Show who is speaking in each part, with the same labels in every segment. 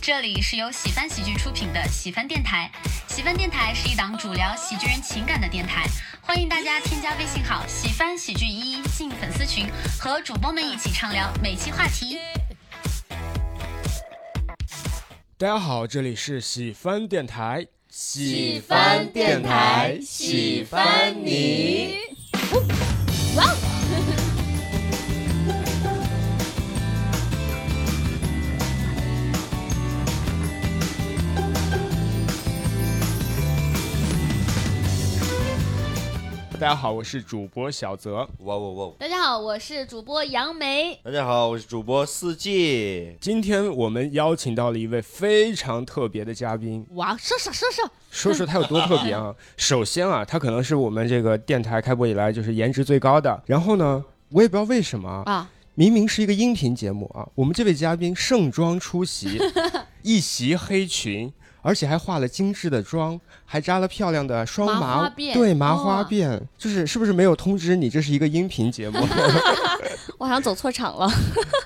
Speaker 1: 这里是由喜翻喜剧出品的喜翻电台。喜翻电台是一档主聊喜剧人情感的电台，欢迎大家添加微信号“喜翻喜剧一”进粉丝群，和主播们一起畅聊每期话题。
Speaker 2: 大家好，这里是喜翻电台，喜
Speaker 3: 翻电台喜欢你。
Speaker 2: 大家好，我是主播小泽。
Speaker 3: 哇哇哇！
Speaker 4: 大家好，我是主播杨梅。
Speaker 3: 大家好，我是主播四季。
Speaker 2: 今天我们邀请到了一位非常特别的嘉宾，
Speaker 4: 哇，说说说说，
Speaker 2: 说说他有多特别 啊！首先啊，他可能是我们这个电台开播以来就是颜值最高的。然后呢，我也不知道为什么啊，
Speaker 4: 啊，
Speaker 2: 明明是一个音频节目啊，我们这位嘉宾盛装出 席，一袭黑裙。而且还化了精致的妆，还扎了漂亮的双
Speaker 4: 麻
Speaker 2: 麻
Speaker 4: 花辫
Speaker 2: 对麻
Speaker 4: 哇
Speaker 2: 花辫，就是是不是没有通知你这是一个音频 节目？哎
Speaker 4: 我好像走错 场了。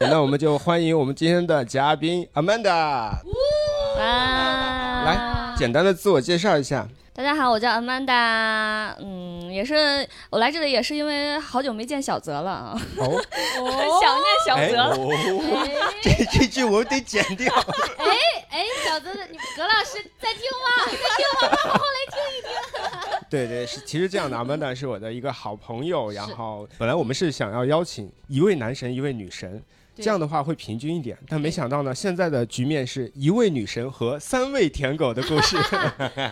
Speaker 2: 那我们就欢迎我们今天的嘉宾 Amanda，
Speaker 5: 啊，
Speaker 2: 来简单的自我介绍一下。
Speaker 5: 大家好，我叫 Amanda，嗯，也是我来这里也是因为好久没见小泽了啊，
Speaker 2: 哦，
Speaker 5: 想念小
Speaker 2: 哎，
Speaker 5: 泽。
Speaker 2: 哦这这句我得剪掉。
Speaker 4: 哎，小子，你葛老师在听吗？
Speaker 2: 对对，是其实这样的，Amanda 是我的一个好朋友，然后本来我们是想要邀请一位男神，一位女神。这样的话会平均一点，但没想到呢，现在的局面是一位女神和三位舔狗的 故事。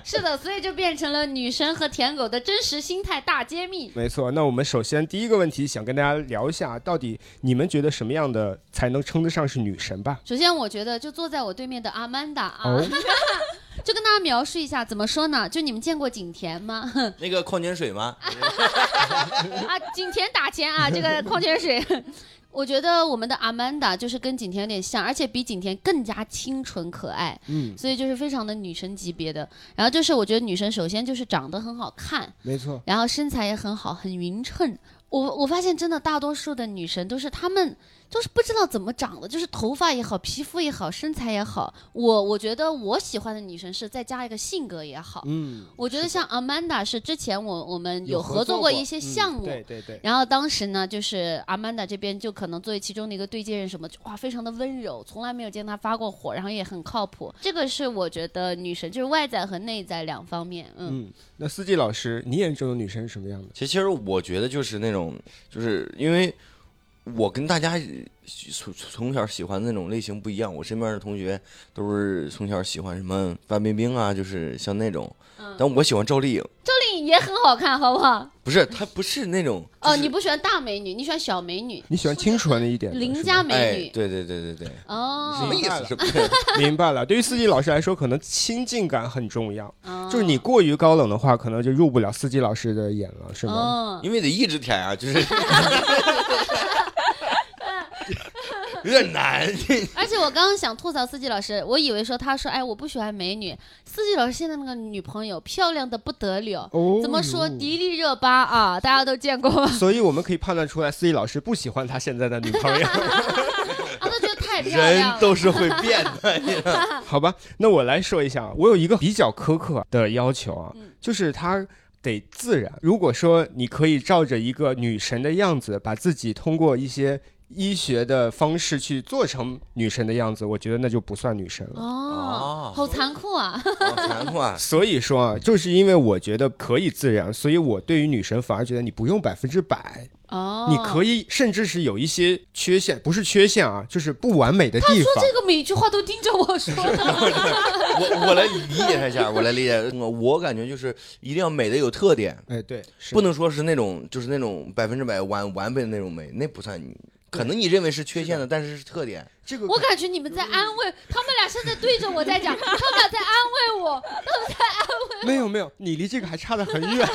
Speaker 4: 是的，所以就变成了女神和舔狗的真实心态大揭秘。
Speaker 2: 没错，那我们首先第一个问题想跟大家聊一下，到底你们觉得什么样的才能称得上是女神吧？
Speaker 4: 首先，我觉得就坐在我对面的阿曼达啊，
Speaker 2: 哦，
Speaker 4: 就跟大家描述一下，怎么说呢？就你们见过景甜吗？
Speaker 3: 那个矿泉水吗？
Speaker 4: 啊，景甜打钱啊，这个矿泉水。 我觉得我们的阿曼达就是跟景甜有点像，而且比景甜更加清纯可爱。
Speaker 2: 嗯，
Speaker 4: 所以就是非常的女神级别的。然后就是我觉得女神首先就是长得很好看，
Speaker 2: 没错。
Speaker 4: 然后身材也很好，很匀称。我我发现真的大多数的女神都是她们就是不知道怎么长的，就是头发也好，皮肤也好，身材也好。我我觉得我喜欢的女神是再加一个性格也好。
Speaker 2: 嗯，
Speaker 4: 我觉得像 Amanda 是之前我我们有合作
Speaker 2: 过
Speaker 4: 过一嗯些项
Speaker 2: 嗯
Speaker 4: 目，
Speaker 2: 对对对，
Speaker 4: 然后当时呢，就是阿曼达这边就可能作为其中的一个对接人什么，就哇，非常的温柔，从来没有见她发过火，然后也很靠谱。这个是我觉得女神就是外在和内在两方面，嗯，
Speaker 2: 嗯，那司机老师，你眼中的女神是什么样的？
Speaker 3: 其实，其实我觉得就是那种，就是因为我跟大家呃从从小喜欢的那种类型不一样。我身边的同学都是从小喜欢什么范冰冰啊，就是像那种。但我喜欢赵丽颖，
Speaker 4: 赵丽颖也很好看，好不好？
Speaker 3: 不是她不是那种。
Speaker 4: 哦，
Speaker 3: 就是
Speaker 4: 你不喜欢大美女，你喜欢小美女，
Speaker 2: 你喜欢清纯的一点的，
Speaker 4: 邻
Speaker 2: 是
Speaker 4: 家
Speaker 2: 吧
Speaker 3: 哎
Speaker 4: 美，女，
Speaker 3: 对对对对对，什么
Speaker 4: 哦
Speaker 3: 意 思？是不是？
Speaker 2: 明白了。对于司机老师来说，可能亲近感很重要，
Speaker 4: 哦，
Speaker 2: 哎就是你过于高冷的话，可能就入不了司机老师的眼了，是吗？
Speaker 4: 哦，
Speaker 3: 因为得一直舔啊， 就是有点难。
Speaker 4: 而且我刚刚想吐槽司机老师，我以为说他说哎我不喜欢美女，司机老师现在那个女朋友漂亮的不得了，
Speaker 2: 哦
Speaker 4: 怎么说
Speaker 2: 哟
Speaker 4: 迪丽热巴啊，大家都见过吧？
Speaker 2: 所以我们可以判断出来，司机老师不喜欢他现在的女朋友，
Speaker 4: 啊，都觉得太漂
Speaker 3: 人
Speaker 4: 亮了。
Speaker 3: 都是会变的，你知道吗
Speaker 2: 好吧？那我来说一下，我有一个比较苛刻的要求啊，
Speaker 3: 嗯
Speaker 2: 就是他。得自然。如果说你可以照着一个女神的样子，把自己通过一些医学的方式去做成女神的样子，我觉得那就不算女神了。
Speaker 4: 哦
Speaker 3: 哦，
Speaker 4: 好残酷啊！
Speaker 3: 好残酷啊！
Speaker 2: 所以说啊，就是因为我觉得可以自然，所以我对于女神反而觉得你不用百分之百，
Speaker 4: 哦
Speaker 2: 你可
Speaker 4: 以。
Speaker 2: 以啊甚至是有一些缺陷，不是缺陷啊，就是不完美的地方。
Speaker 4: 这个每一句话都盯着我说，
Speaker 3: 我我来理解他一下，我来理解。我我感觉就是一定要美的有特点，
Speaker 2: 哎，对，是
Speaker 3: 不能说是那种就是那种百分之百完完美的那种美，那不算你。可能你认为是缺陷的，但是是特点。
Speaker 2: 这个
Speaker 4: 我感觉你们在安慰他们俩，现在对着我在讲，他们俩在安慰我。
Speaker 2: 没有没有，你离这个还差得很远。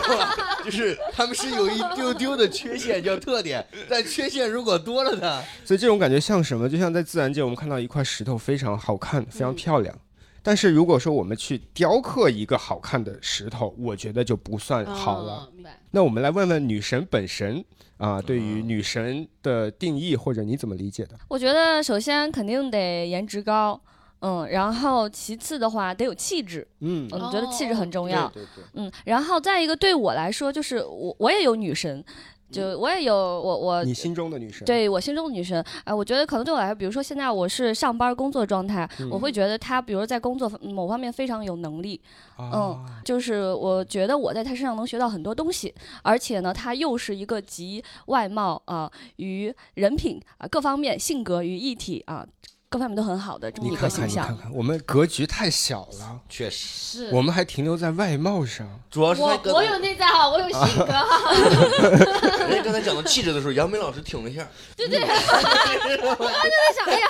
Speaker 3: 就是他们是有一丢丢的缺陷叫特点，但缺陷如果多了呢？
Speaker 2: 所以这种感觉像什么？就像在自然界，我们看到一块石头非常好看，非常漂亮。但是如果说我们去雕刻一个好看的石头，我觉得就不算好了。
Speaker 4: 哦，明白。
Speaker 2: 那我们来问问女神本身啊，对于女神的定义或者你怎么理解的？
Speaker 5: 我觉得首先肯定得颜值高，嗯，然后其次的话得有气质，
Speaker 2: 嗯，
Speaker 5: 我觉得气质很重
Speaker 2: 对
Speaker 5: 要。
Speaker 2: 对对，
Speaker 5: 嗯，然后再一个对我来说，就是我我也有女神，
Speaker 2: 嗯
Speaker 5: 就我也有我我
Speaker 2: 你心中的女神，，
Speaker 5: 对我心中的女神，哎、我觉得可能对我来说，比如说现在我是上班工作状态，
Speaker 2: 嗯
Speaker 5: 我会觉得她，比如在工作某方面非常有能力，哦
Speaker 2: 啊，
Speaker 5: 就是我觉得我在她身上能学到很多东西，而且呢，她又是一个集外貌啊、与人品啊、各方面性格于一体啊、各方面都很好的这么
Speaker 2: 你
Speaker 5: 一个
Speaker 2: 看
Speaker 5: 形
Speaker 2: 看你看
Speaker 5: 象。
Speaker 2: 看，我们格局太小了，
Speaker 3: 确实，
Speaker 4: 是
Speaker 2: 我们还停留在外貌上，
Speaker 3: 主要是他
Speaker 4: 我
Speaker 3: 刚
Speaker 4: 我
Speaker 3: 才
Speaker 4: 有内在好，我有性格
Speaker 2: 啊
Speaker 4: 好，
Speaker 3: 人家刚才讲到气质的时候，杨梅老师挺了一下，
Speaker 4: 对对，我就在 想，哎呀，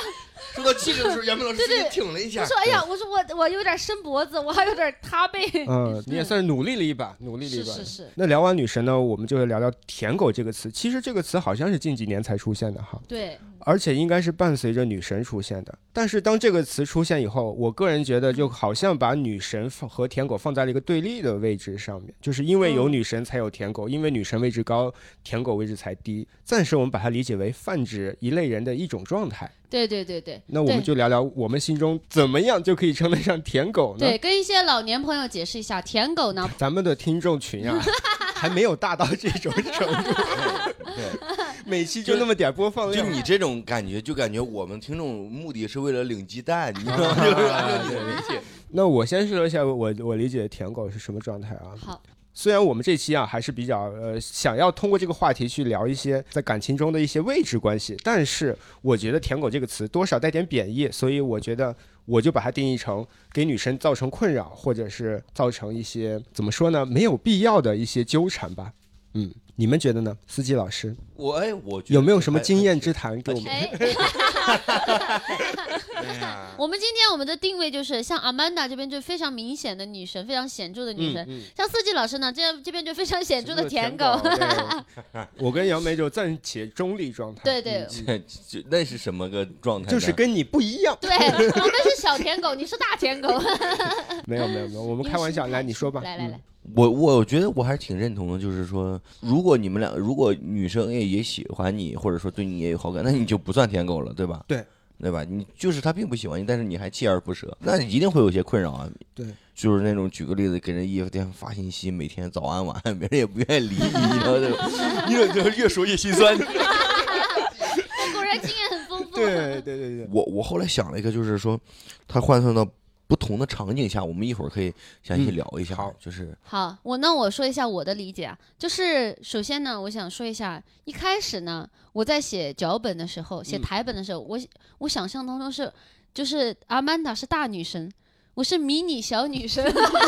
Speaker 3: 说到气质的时候，杨梅老师自己挺了一下
Speaker 4: 我。说哎呀，我说我我有点伸脖子，我还有点塌背，
Speaker 2: 嗯，你也算是努力了一把，努力了一
Speaker 4: 是
Speaker 2: 把。
Speaker 4: 是是，
Speaker 2: 那聊完女神呢，我们就聊聊“舔狗”这个词。其实这个词好像是近几年才出现的哈，
Speaker 4: 对，
Speaker 2: 而且应该是伴随着女神出现的。但是当这个词出现以后，我个人觉得就好像把女神放和舔狗放在了一个对立的位置上面，就是因为
Speaker 4: 嗯
Speaker 2: 有女神才有舔狗，因为女神位置高，舔狗位置才低。暂时我们把它理解为泛指一类人的一种状态。
Speaker 4: 对对对对，
Speaker 2: 那我们
Speaker 4: 对
Speaker 2: 就聊聊我们心中怎么样就可以称得上舔狗呢？
Speaker 4: 对，跟一些老年朋友解释一下，舔狗呢，
Speaker 2: 咱们的听众群 啊，还没有大到这种程度，
Speaker 3: 对，
Speaker 2: 每期就那么点播放
Speaker 3: 就
Speaker 2: 量。
Speaker 3: 你这种感觉，就感觉我们听众目的是为了领鸡蛋，你知道吗？
Speaker 2: 啊
Speaker 3: 就是按照你的理解，
Speaker 2: 那我先说一下我我理解舔狗是什么状态啊？
Speaker 4: 好，
Speaker 2: 虽然我们这期啊还是比较呃想要通过这个话题去聊一些在感情中的一些位置关系，但是我觉得“舔狗”这个词多少带点贬义，所以我觉得我就把它定义成给女生造成困扰，或者是造成一些怎么说呢没有必要的一些纠缠吧。嗯，你们觉得呢，司机老师
Speaker 3: 我哎，我觉得
Speaker 2: 有没有什么
Speaker 3: 还
Speaker 2: 经验之谈给我们？
Speaker 4: 哎，
Speaker 3: 哎呀，
Speaker 4: 我们今天我们的定位就是像 Amanda 这边就非常明显的女神，非常显著的女神，
Speaker 2: 嗯
Speaker 4: 像四季老师呢，这这边就非常显著的舔狗，
Speaker 2: 对 我跟杨梅就暂且中立状态。
Speaker 4: 对对
Speaker 2: 嗯
Speaker 3: 这这那是什么个状态呢？
Speaker 2: 就是跟你不一样。
Speaker 4: 对，我们是小舔狗，你是大 舔狗。
Speaker 2: 没有没有没有，我们开玩笑，来你说吧。
Speaker 4: 来来来
Speaker 2: 嗯，，
Speaker 3: 我我觉得我还是挺认同的，就是说，如果你们俩，如果女生也也喜欢你，或者说对你也有好感，那你就不算舔狗了，对吧？
Speaker 2: 对，
Speaker 3: 对吧？你就是他并不喜欢你，但是你还锲而不舍，那一定会有些困扰啊。
Speaker 2: 对，
Speaker 3: 就是那种举个例子，给人一天发信息，每天早安晚安，别人也不愿意理你，你知道这种，越就越说越心酸。
Speaker 4: 果然经验很丰富。
Speaker 2: 对对对对，
Speaker 3: 我我后来想了一个，就是说，他换算到不同的场景下，我们一会儿可以详细
Speaker 2: 嗯
Speaker 3: 聊一下，
Speaker 2: 好
Speaker 3: 就是
Speaker 4: 好，我那我说一下我的理解啊，就是首先呢，我想说一下，一开始呢，我在写脚本的时候，写
Speaker 2: 嗯
Speaker 4: 台本的时候，我我想象当中是，就是阿曼达是大女神，我是迷你小女生，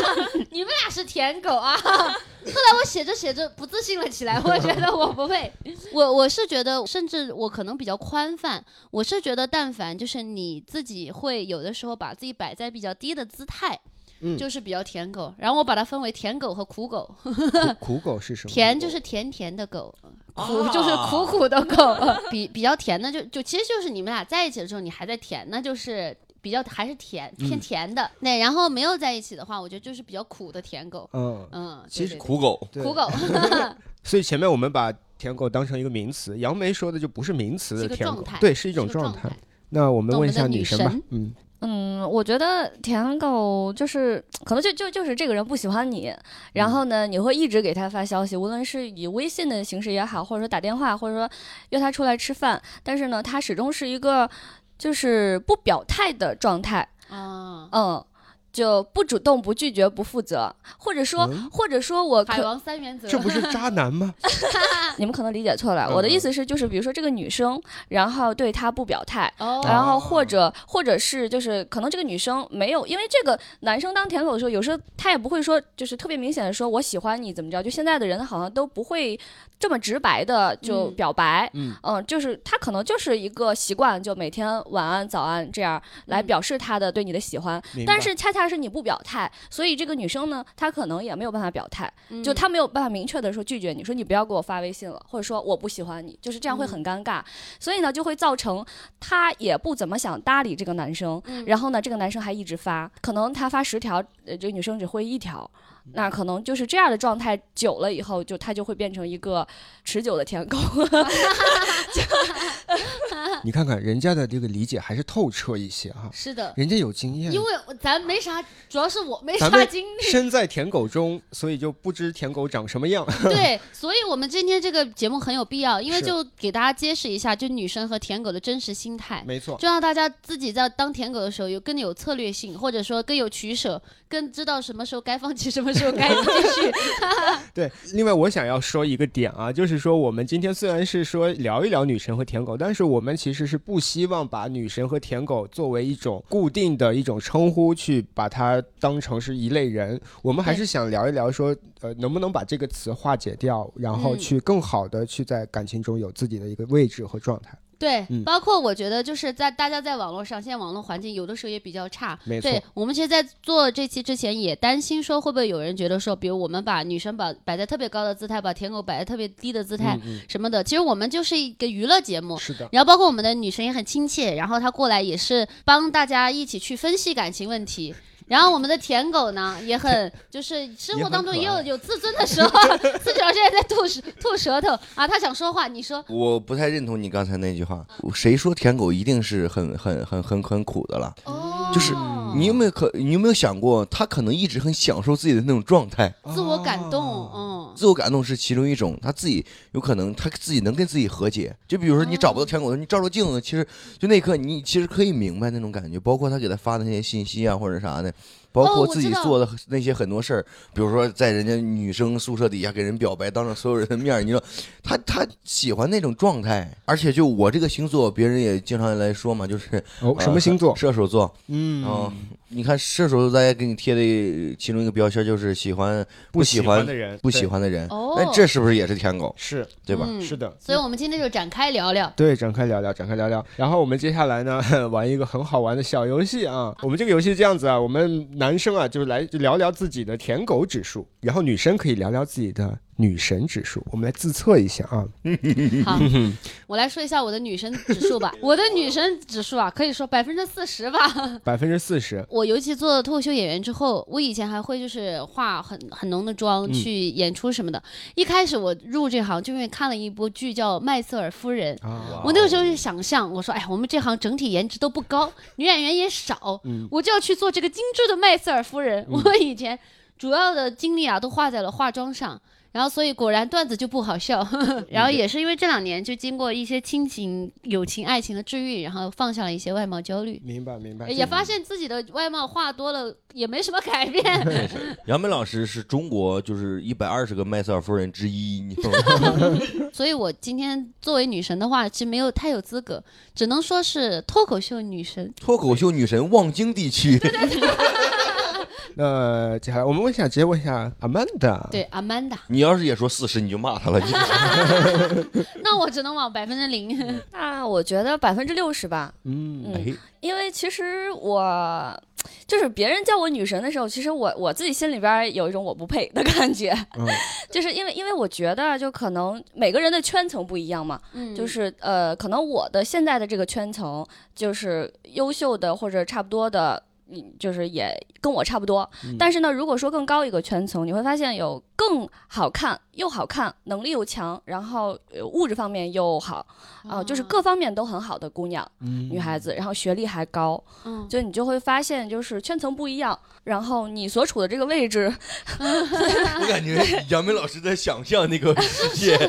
Speaker 4: 你们俩是舔狗啊。 后来我写着写着不自信了起来，我觉得我不会，我我是觉得，甚至我可能比较宽泛，我是觉得，但凡就是你自己会有的时候把自己摆在比较低的姿态。
Speaker 2: 嗯
Speaker 4: 就是比较舔狗，然后我把它分为舔狗和苦狗，
Speaker 2: 苦苦狗是什么？
Speaker 4: 甜就是甜甜的狗，苦
Speaker 3: 啊
Speaker 4: 就是苦苦的狗，比比较甜的就就其实就是你们俩在一起的时候你还在甜，那就是比较还是甜
Speaker 2: 嗯
Speaker 4: 偏甜的，那、然后没有在一起的话，我觉得就是比较苦的舔狗，
Speaker 2: 嗯，
Speaker 4: 嗯，
Speaker 2: 其实
Speaker 4: 对对
Speaker 3: 苦狗。
Speaker 4: 对
Speaker 2: 对
Speaker 4: 苦。狗
Speaker 2: 所以前面我们把舔狗当成一个名词，杨梅说的就不是名词
Speaker 4: 是一
Speaker 2: 的
Speaker 4: 个
Speaker 2: 舔狗
Speaker 4: 状态，
Speaker 2: 对，是一
Speaker 4: 一
Speaker 2: 种
Speaker 4: 状
Speaker 2: 状态。，那我们问一下
Speaker 4: 那我们的女
Speaker 2: 神吧
Speaker 4: 神，
Speaker 2: 嗯，
Speaker 5: 嗯，我觉得舔狗就是可能就就就是这个人不喜欢你，然后
Speaker 2: 嗯
Speaker 5: 呢，你会一直给他发消息，无论是以微信的形式也好，或者说打电话，或者说约他出来吃饭，但是呢，他始终是一个就是不表态的状态，
Speaker 4: 啊，
Speaker 2: 哦
Speaker 5: 嗯，就不主动、不拒绝、不负责，或者说，
Speaker 2: 嗯
Speaker 5: 或者说我
Speaker 4: 海
Speaker 5: 可
Speaker 4: 王三原则，
Speaker 2: 这不是渣男 吗？
Speaker 5: 你们可能理解错了，
Speaker 2: 嗯
Speaker 5: 我的
Speaker 2: 嗯
Speaker 5: 意思是就是比如说这个女生，然后对他不表态，
Speaker 4: 哦，
Speaker 5: 然后或者或者是就是可能这个女生没有，因为这个男生当舔狗的时候，有时候他也不会说就是特别明显的说我喜欢你怎么着，就现在的人好像都不会这么直白的就
Speaker 4: 嗯
Speaker 5: 表白。
Speaker 2: 嗯
Speaker 5: 嗯，就是他可能就是一个习惯，就每天晚安、早安这样来
Speaker 4: 嗯
Speaker 5: 表示他的对你的喜欢。
Speaker 2: 明白
Speaker 5: 但是恰恰是你不表态，所以这个女生呢，她可能也没有办法表态，
Speaker 4: 嗯
Speaker 5: 就他没有办法明确的说拒绝你，说你不要给我发微信了，或者说我不喜欢你，就是这样会很尴尬，所以呢就会造成他也不怎么想搭理这个男生，
Speaker 4: 嗯
Speaker 5: 然后呢这个男生还一直发，可能他发十条，呃这个女生只回一条。那可能就是这样的状态久了以后，就它就会变成一个持久的舔狗。
Speaker 2: 你看看人家的这个理解还是透彻一些哈，
Speaker 4: 是的，
Speaker 2: 人家有经验，
Speaker 4: 因为咱没啥，主要是我没
Speaker 2: 咱
Speaker 4: 啥
Speaker 2: 们
Speaker 4: 经历，
Speaker 2: 身在舔狗中，所以就不知舔狗长什么样。
Speaker 4: 对，所以我们今天这个节目很有必要，因为
Speaker 2: 是
Speaker 4: 就给大家揭示一下，就女生和舔狗的真实心态，
Speaker 2: 没错，
Speaker 4: 就让大家自己在当舔狗的时候有更有策略性，或者说更有取舍，更知道什么时候该放弃，什么时候该继 续。
Speaker 2: 对。另外，我想要说一个点啊，就是说我们今天虽然是说聊一聊女神和舔狗，但是我们其实是不希望把女神和舔狗作为一种固定的一种称呼去把它当成是一类人。我们还是想聊一聊说，呃，能不能把这个词化解掉，然后
Speaker 4: 嗯
Speaker 2: 去更好的去在感情中有自己的一个位置和状态。
Speaker 4: 对，
Speaker 2: 嗯
Speaker 4: 包括我觉得就是在大家在网络上，现在网络环境有的时候也比较差。
Speaker 2: 没错
Speaker 4: 对我们其实，在做这期之前也担心说，会不会有人觉得说，比如我们把女生把摆在特别高的姿态，把舔狗摆在特别低的姿态、
Speaker 2: 嗯
Speaker 4: 什么的，其实我们就是一个娱乐节目
Speaker 2: 嗯，。是的，
Speaker 4: 然后包括我们的女神也很亲切，然后她过来也是帮大家一起去分析感情问题。然后我们的舔狗呢，也很就是生
Speaker 2: 也
Speaker 4: 活
Speaker 2: 很
Speaker 4: 当中
Speaker 2: 可
Speaker 4: 也有
Speaker 2: 爱
Speaker 4: 有自尊的时候， 四小现在在吐舌吐舌头啊，他想说话，你说
Speaker 3: 我不太认同你刚才那句话，谁说舔狗一定是很很很很很苦的了？
Speaker 4: 哦，
Speaker 3: 就是你有没有可你有没有想过，他可能一直很享受自己的那种状态，
Speaker 4: 自我感动，
Speaker 2: 哦
Speaker 4: 嗯，
Speaker 3: 自我感动是其中一种，他自己有可能他自己能跟自己和解。就比如说你找
Speaker 4: 哦
Speaker 3: 不到舔狗的时候，你照照镜子，其实就那一刻你其实可以明白那种感觉，包括他给他发的那些信息啊或者啥的，包
Speaker 4: 哦
Speaker 3: 括
Speaker 4: 我
Speaker 3: 自己
Speaker 4: 知道
Speaker 3: 做的那些很多事儿，比如说在人家女生宿舍底下给人表白，当着所有人的面儿，你说他他喜欢那种状态，而且就我这个星座，别人也经常来说嘛，就是
Speaker 2: 哦，
Speaker 3: 呃
Speaker 2: 什么星座？
Speaker 3: 射手座。
Speaker 2: 嗯
Speaker 3: 然后你看射手座，大家给你贴的其中一个标签就是喜欢不喜欢
Speaker 2: 的人，
Speaker 3: 不喜
Speaker 2: 对，
Speaker 3: 欢的人，
Speaker 4: 哦
Speaker 3: 那这是不是也是舔狗，
Speaker 2: 是
Speaker 3: 对吧？
Speaker 4: 嗯
Speaker 2: 是的，
Speaker 4: 所以我们今天就展开聊聊，
Speaker 2: 对，展开聊聊，展开聊聊。然后我们接下来呢， 玩一个很好玩的小游戏啊。我们这个游戏这样子啊，我们男生啊，就是来聊聊自己的舔狗指数，然后女生可以聊聊自己的女神指数。我们来自测一下啊。
Speaker 4: 好，
Speaker 2: 嗯
Speaker 4: 我来说一下我的女神指数吧，我的女神指数啊，可以说百分之四十吧，
Speaker 2: 百分之四十，
Speaker 4: 我尤其做脱口秀演员之后，我以前还会就是化很很浓的妆
Speaker 2: 嗯
Speaker 4: 去演出什么的。一开始我入这行就因为看了一部剧叫《麦瑟尔夫人》。
Speaker 2: 啊，
Speaker 4: 我那个时候就想象，我说，哎，我们这行整体颜值都不高，女演员也少，我就要去做这个精致的麦瑟尔夫人。 我以前主要的精力啊，都花在了化妆上，然后所以果然段子就不好笑。 然后也是因为这两年就经过一些亲情、友情、爱情的治愈，然后放下了一些外貌焦虑。
Speaker 2: 明白明白，
Speaker 4: 也发现自己的外貌画多了也没什么改变，
Speaker 3: 杨梅老师是中国就是一百二十个麦瑟尔夫人之一，你知道吗？
Speaker 4: 所以我今天作为女神的话，其实没有太有资格，只能说是脱口秀女神。
Speaker 3: 脱口秀女神望京地区，
Speaker 2: 那接下来我们问一下，直接问一下 Amanda，
Speaker 4: 对，阿曼达，
Speaker 3: 你要是也说四十，你就骂他了。你
Speaker 4: 那我只能往百分 之零。
Speaker 5: 那我觉得百分之六十吧，
Speaker 2: 嗯，
Speaker 5: 嗯，因为其实我就是别人叫我女神的时候，其实我我自己心里边儿有一种我不配的感觉，
Speaker 2: 嗯
Speaker 5: 就是因为因为我觉得就可能每个人的圈层不一样嘛，
Speaker 4: 嗯，
Speaker 5: 就是呃，可能我的现在的这个圈层就是优秀的或者差不多的。嗯就是也跟我差不多，但是呢，如果说更高一个圈层，你会发现有更好看又好看，能力又强，然后呃物质方面又好啊、
Speaker 4: 哦
Speaker 5: 就是各方面都很好的姑娘、
Speaker 2: 嗯
Speaker 5: 女孩子，然后学历还高，
Speaker 4: 嗯，
Speaker 5: 就你就会发现就是圈层不一样，然后你所处的这个位置，
Speaker 3: 我感觉杨梅老师在想象那个世界，
Speaker 4: 我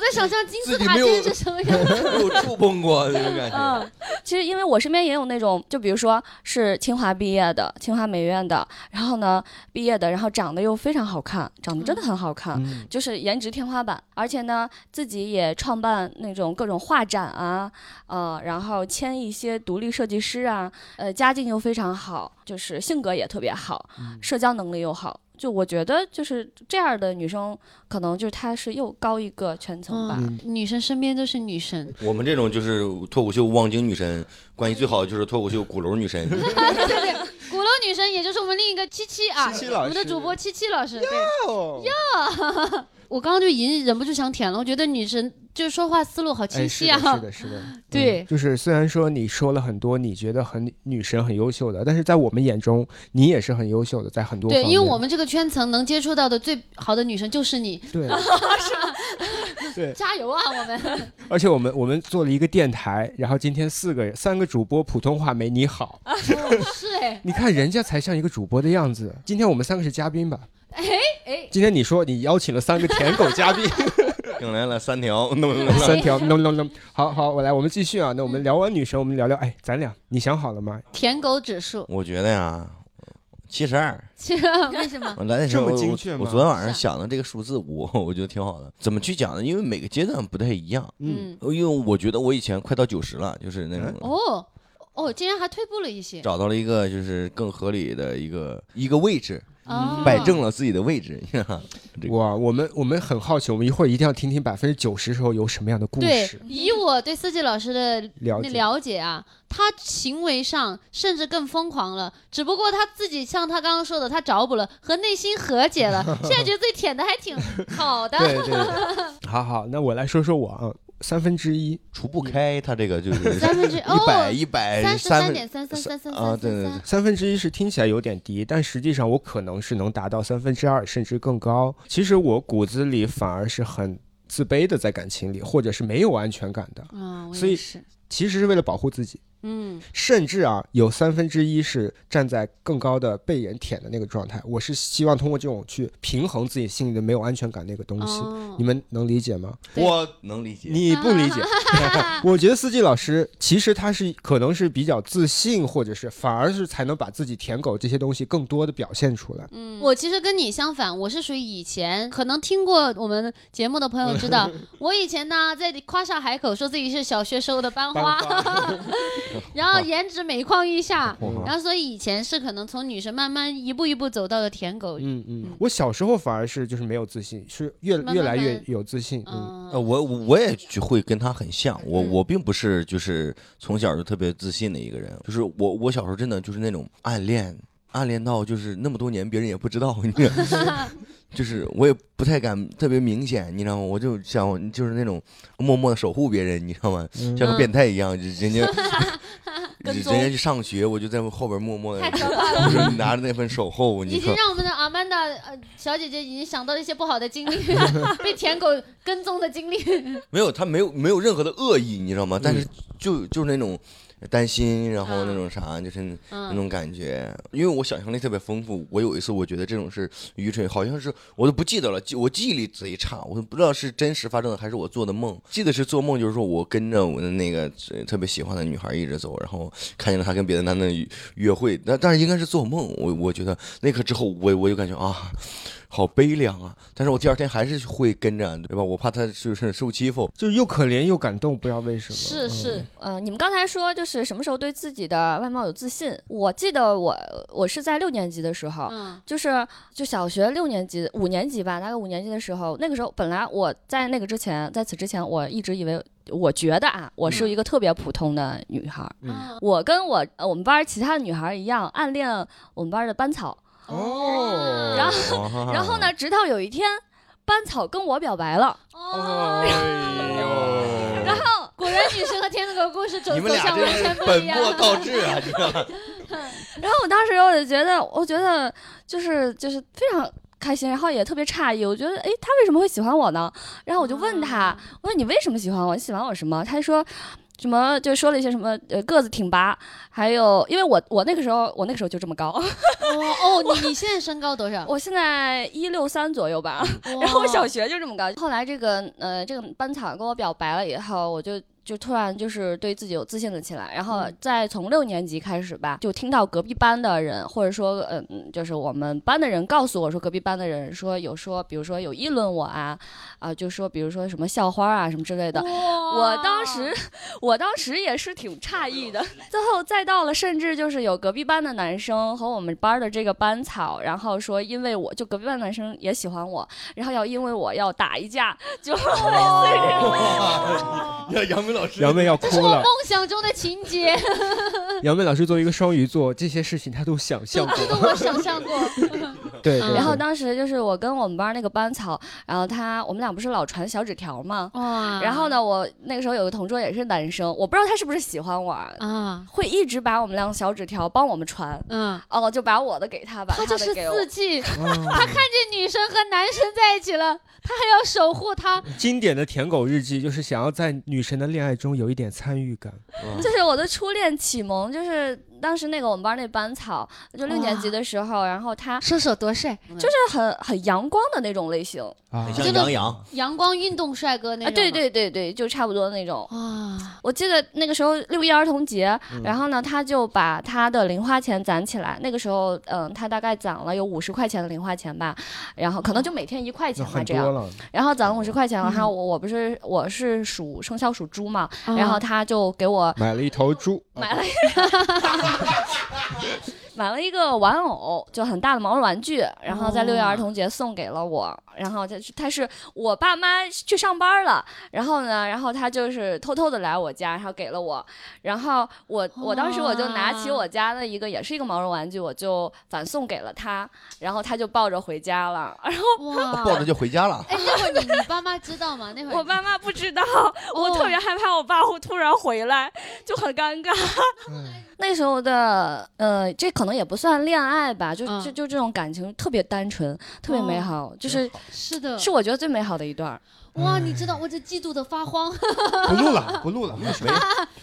Speaker 4: 在想象金字
Speaker 3: 自己
Speaker 4: 塔
Speaker 3: 没有
Speaker 4: 尖是什 么样。
Speaker 3: 没有触碰过那种感觉。
Speaker 5: 嗯，其实因为我身边也有那种，就比如说是清华毕业的，清华美院的，然后呢毕业的，然后长得又非常好看，长得真的很好看，
Speaker 2: 嗯
Speaker 5: 就是颜值天花板，而且呢自己也创办那种各种画展啊，呃，然后签一些独立设计师啊，呃，家境又非常好，就是性格也特别好，
Speaker 2: 嗯
Speaker 5: 社交能力又好。就我觉得就是这样的女生，可能就是她是又高一个圈层吧。
Speaker 4: 嗯，女神身边都是 女神，
Speaker 3: 我们这种就是脱口秀望京女神，关系最好的就是脱口秀鼓楼女神。
Speaker 4: 鼓楼女神，也就是我们另一个七七啊，
Speaker 2: 七七老
Speaker 4: 我们的
Speaker 2: 师
Speaker 4: 主播七七老师。对，
Speaker 2: 哦
Speaker 4: 我刚刚就已经忍不住想舔了，我觉得女神就是说话思路好
Speaker 2: 哎
Speaker 4: 清晰
Speaker 2: 是的
Speaker 4: 啊。
Speaker 2: 是的，是的，嗯
Speaker 4: 对
Speaker 2: 就是虽然说你说了很多你觉得很女神很优秀的，但是在我们眼中，你也是很优秀的，在很多
Speaker 4: 对，
Speaker 2: 方
Speaker 4: 因为
Speaker 2: 面
Speaker 4: 我们这个圈层能接触到的最好的女神就是你，
Speaker 2: 对，
Speaker 4: 加油啊，我们！
Speaker 2: 而且我们我们做了一个电台，然后今天四个三个主播普通话没你好，
Speaker 4: 是哎，
Speaker 2: 你看人家才像一个主播的样子。 今天我们三个是嘉宾吧？
Speaker 4: 哎哎
Speaker 2: 今天你说你邀请了三个舔狗嘉 宾，
Speaker 3: 引来了三条，弄弄
Speaker 2: 三条 no no no，好好，我来，我们继续啊。那我们聊完女神，我们聊聊，哎，咱俩你想好了吗？
Speaker 4: 舔狗指数，
Speaker 3: 我觉得呀，七十二，
Speaker 4: 其实为什么？
Speaker 3: 我嗯来的时候
Speaker 2: 这么精确吗
Speaker 3: 我我昨天晚上
Speaker 4: 是
Speaker 3: 想的这个数字五， 我觉得挺好的。怎么去讲呢？因为每个阶段不太一样。
Speaker 4: 嗯，
Speaker 3: 因为我觉得我以前快到九十了，就是那种、
Speaker 4: 哦哦，竟然还退步了一些，
Speaker 3: 找到了一个就是更合理的一个一个位置，
Speaker 4: 啊，
Speaker 3: 摆正了自己的位置。你
Speaker 4: 嗯
Speaker 3: 看这个
Speaker 2: 哇，我们我们很好奇，我们一会儿一定要听听百分之九十时候有什么样的故
Speaker 4: 对
Speaker 2: 事，。
Speaker 4: 以我对四季老师的
Speaker 2: 了解，
Speaker 4: 那了解啊，他行为上甚至更疯狂了，只不过他自己像他刚刚说的，他找补了和内心和解了，现在觉得自己舔的还挺好的。
Speaker 2: 对对对。好好，那我来说说我啊，三分之一，
Speaker 3: 除不开，它这个就是
Speaker 4: 三分之
Speaker 3: 一百
Speaker 4: 哦，
Speaker 3: 一百
Speaker 4: 三十三
Speaker 3: 三
Speaker 4: 点三三三三
Speaker 3: 啊，
Speaker 4: 三
Speaker 3: 对对
Speaker 4: 三
Speaker 3: 对
Speaker 4: 三，，
Speaker 2: 三分之一是听起来有点低，但实际上我可能是能达到三分之二甚至更高。其实我骨子里反而是很自卑的，在感情里，或者是没有安全感的，
Speaker 4: 啊，我
Speaker 2: 所以
Speaker 4: 也是，
Speaker 2: 其实是为了保护自己。
Speaker 4: 嗯，
Speaker 2: 甚至啊，有三分之一是站在更高的被人舔的那个状态。我是希望通过这种去平衡自己心里的没有安全感那个东西。
Speaker 4: 哦
Speaker 2: 你，们能理解吗？
Speaker 4: 对
Speaker 3: 我能理 解。
Speaker 2: 你不理 解，
Speaker 4: 啊
Speaker 2: 我觉得四季老师其实他是可能是比较自信，或者是反而是才能把自己舔狗这些东西更多的表现出来。
Speaker 3: 嗯
Speaker 4: 我其实跟你相反，我是属于以前可能听过我们节目的朋友知道， 我以前呢在夸下海口说自己是小学时候的班花， 然后颜值每况愈下，嗯然后所以以前是可能从女神慢慢一步一步走到了舔狗，
Speaker 2: 嗯嗯，我小时候反而是就是没有自信，是越
Speaker 4: 慢慢
Speaker 2: 越来越
Speaker 4: 慢
Speaker 2: 有自信。嗯，
Speaker 3: 呃，
Speaker 4: 嗯，
Speaker 3: 我我我也就会跟他很像，我我并不是就是从小就特别自信的一个人，就是我我小时候真的就是那种暗恋，暗恋到就是那么多年别人也不知道，你知道吗 就是我也不太敢特别明显，你知道吗？我就想就是那种默默的守护别人，你知道吗？
Speaker 2: 嗯
Speaker 4: 嗯
Speaker 3: 像个变态一样，人 家人家去上学，我就在后边默默的
Speaker 4: 太，可 怕了。
Speaker 3: 就是拿着那份守候，你
Speaker 4: 已
Speaker 3: 说
Speaker 4: 经。让我们的阿曼达呃小姐姐已经想到了一些不好 的经历，被舔狗跟踪的经历。
Speaker 3: 没有，他没有没有任何的恶意，你知道吗？但是就就是那种担心，然后那种啥，就是
Speaker 4: 嗯
Speaker 3: 那种感觉。因为我想象力特别丰富，我有一次我觉得这种是愚蠢，好像是我都不记得了，记我记忆力贼差，我都不知道是真实发生的还是我做的梦。记得是做梦，就是说我跟着我的那个呃特别喜欢的女孩一直走，然后看见了她跟别的男的约约会，但但是应该是做梦。我我觉得那刻之后，我我就感觉啊。好悲凉啊！但是我第二天还是会跟着，对吧？我怕他就是受欺负，
Speaker 2: 就是又可怜又感动，不知道为什么。
Speaker 4: 是
Speaker 2: 嗯
Speaker 4: 是，
Speaker 5: 呃，你们刚才说就是什么时候对自己的外貌有自信？我记得我我是在六年级的时候，
Speaker 4: 嗯
Speaker 5: 就是就小学六年级、五年级吧，大概五年级的时候，那个时候本来我在那个之前，在此之前，我一直以为，我觉得啊，我是一个特别普通的女孩儿。
Speaker 4: 嗯
Speaker 5: 我跟我呃我们班儿其他的女孩儿一样，暗恋我们班儿的班草。
Speaker 2: 哦，
Speaker 5: 然
Speaker 4: 啊
Speaker 3: 后
Speaker 5: 然后呢，直到有一天，班草跟我表白了。
Speaker 4: 哦，
Speaker 3: 哎
Speaker 5: 然后
Speaker 4: 果然女神和舔狗故事走
Speaker 3: 呦，你
Speaker 4: 走
Speaker 3: 们俩
Speaker 4: 向
Speaker 3: 这
Speaker 4: 完
Speaker 3: 是
Speaker 4: 全不一
Speaker 3: 本
Speaker 4: 样。
Speaker 3: 末倒置啊！这个
Speaker 5: 然后我当时我就觉得，我觉得就是就是非常开心，然后也特别诧异，我觉得诶，他为什么会喜欢我呢？然后我就问他，我说你为什么喜欢我？你喜欢我什么？他就说。什么就说了一些什么呃个子挺拔，还有因为我我那个时候我那个时候就这么高，
Speaker 4: 哦哦，你你现在身高多少？
Speaker 5: 我现在一六三左右吧，
Speaker 4: 然
Speaker 5: 然后我
Speaker 4: 哦
Speaker 5: 小学就这么高。后来这个呃这个班草跟我表白了以后，我就就突然就是对自己有自信了起来。然后
Speaker 4: 嗯
Speaker 5: 再从六年级开始吧，就听到隔壁班的人，或者说嗯、就是我们班的人告诉我说，隔壁班的人说有说，比如说有议论我啊啊、就说比如说什么校花啊什么之类的。我当
Speaker 4: 哦
Speaker 5: 时， 我当时也是挺诧异的。最后再到了，甚至就是有隔壁班的男生和我们班的这个班草，然后说因为我就隔壁班的男生也喜欢
Speaker 4: 哦
Speaker 5: 我，然后要因为我要打一架，就类似于这种。
Speaker 3: 要扬梅老师
Speaker 2: 杨妹要
Speaker 4: 这是
Speaker 2: 哭
Speaker 4: 我
Speaker 2: 了
Speaker 4: 梦。想中的情节，
Speaker 2: 杨妹老师作为一个双鱼座，这些事情她都想象
Speaker 4: 这
Speaker 2: 过。
Speaker 4: 个我想 象过。
Speaker 2: 对，
Speaker 4: 嗯
Speaker 2: 对
Speaker 5: 然后
Speaker 2: 对
Speaker 5: 当时就是我跟我们班那个班草，然后他我们俩不是老传小纸条吗？
Speaker 4: 哇
Speaker 5: 然后？呢，我那个时候有个同桌也是男生，我不知道他是不是喜欢我，
Speaker 4: 啊，
Speaker 5: 会一直把我们俩小纸条帮我们传，
Speaker 4: 嗯，
Speaker 5: 哦，就把我的给他，把
Speaker 4: 他
Speaker 5: 的
Speaker 4: 就是
Speaker 5: 给我
Speaker 4: 四季， 看
Speaker 2: 啊
Speaker 4: 见女生和男生在一起了，他还要守护她。
Speaker 2: 经典的舔狗日记就是想要在女神的恋爱中有一点参与感。
Speaker 5: 就是我的初恋启蒙，就是当时那个我们班那班草，就六年级的时候，然后
Speaker 2: 嗯
Speaker 5: 他
Speaker 4: 射手多帅，嗯就是
Speaker 5: 是很很阳光的那种类型
Speaker 2: 啊
Speaker 3: 很，
Speaker 4: 这
Speaker 3: 嗯像
Speaker 4: 个
Speaker 3: 杨洋，
Speaker 4: 阳光运动帅哥那
Speaker 5: 啊，
Speaker 4: 种。
Speaker 5: 对，对对对，就差不多那种。
Speaker 4: 哇，
Speaker 5: 我记得那个时候六一儿童节，
Speaker 2: 嗯
Speaker 3: 嗯
Speaker 5: 然后呢，他就把他的零花钱攒起来。那个时候，嗯，他大概攒了有五十块钱的零花钱吧，然后可能就每天一块
Speaker 2: 那
Speaker 5: 钱吧
Speaker 2: 很
Speaker 5: 这
Speaker 2: 多
Speaker 5: 样。
Speaker 2: 了。
Speaker 5: 然后攒了五十块钱，然后
Speaker 4: 嗯
Speaker 5: 我我不是我是属生肖属猪嘛，
Speaker 2: 哦
Speaker 5: 然后他就给我
Speaker 2: 买了一头猪，
Speaker 5: 买了买了一个玩偶，就很大的毛绒玩具，然后在六一儿童节送给了我。然后他是他是我爸妈去上班了，然后呢，然后他就是偷偷的来我家，然后给了我。然后我我当时我就拿起我家的一个也是一个毛绒玩具，我就反送给了他，然后他就抱着回家了。然后
Speaker 4: 哇，
Speaker 3: 抱着就回家了。
Speaker 4: 哎，那会儿你你爸妈知道吗？那会儿
Speaker 5: 我爸妈不知道，
Speaker 4: 哦
Speaker 5: 我特别害怕我爸会突然回来，就很尴尬。
Speaker 2: 啊
Speaker 5: 那时候的呃，这可能也不算恋爱吧，就、
Speaker 4: 嗯哦
Speaker 5: 就就这种感情特别单纯，特别美好，就是
Speaker 4: 是的，
Speaker 5: 是我觉得最美好的一段儿。
Speaker 4: 哇，你知道我这嫉妒的发慌。
Speaker 2: 不录 了，不录了，没有什么。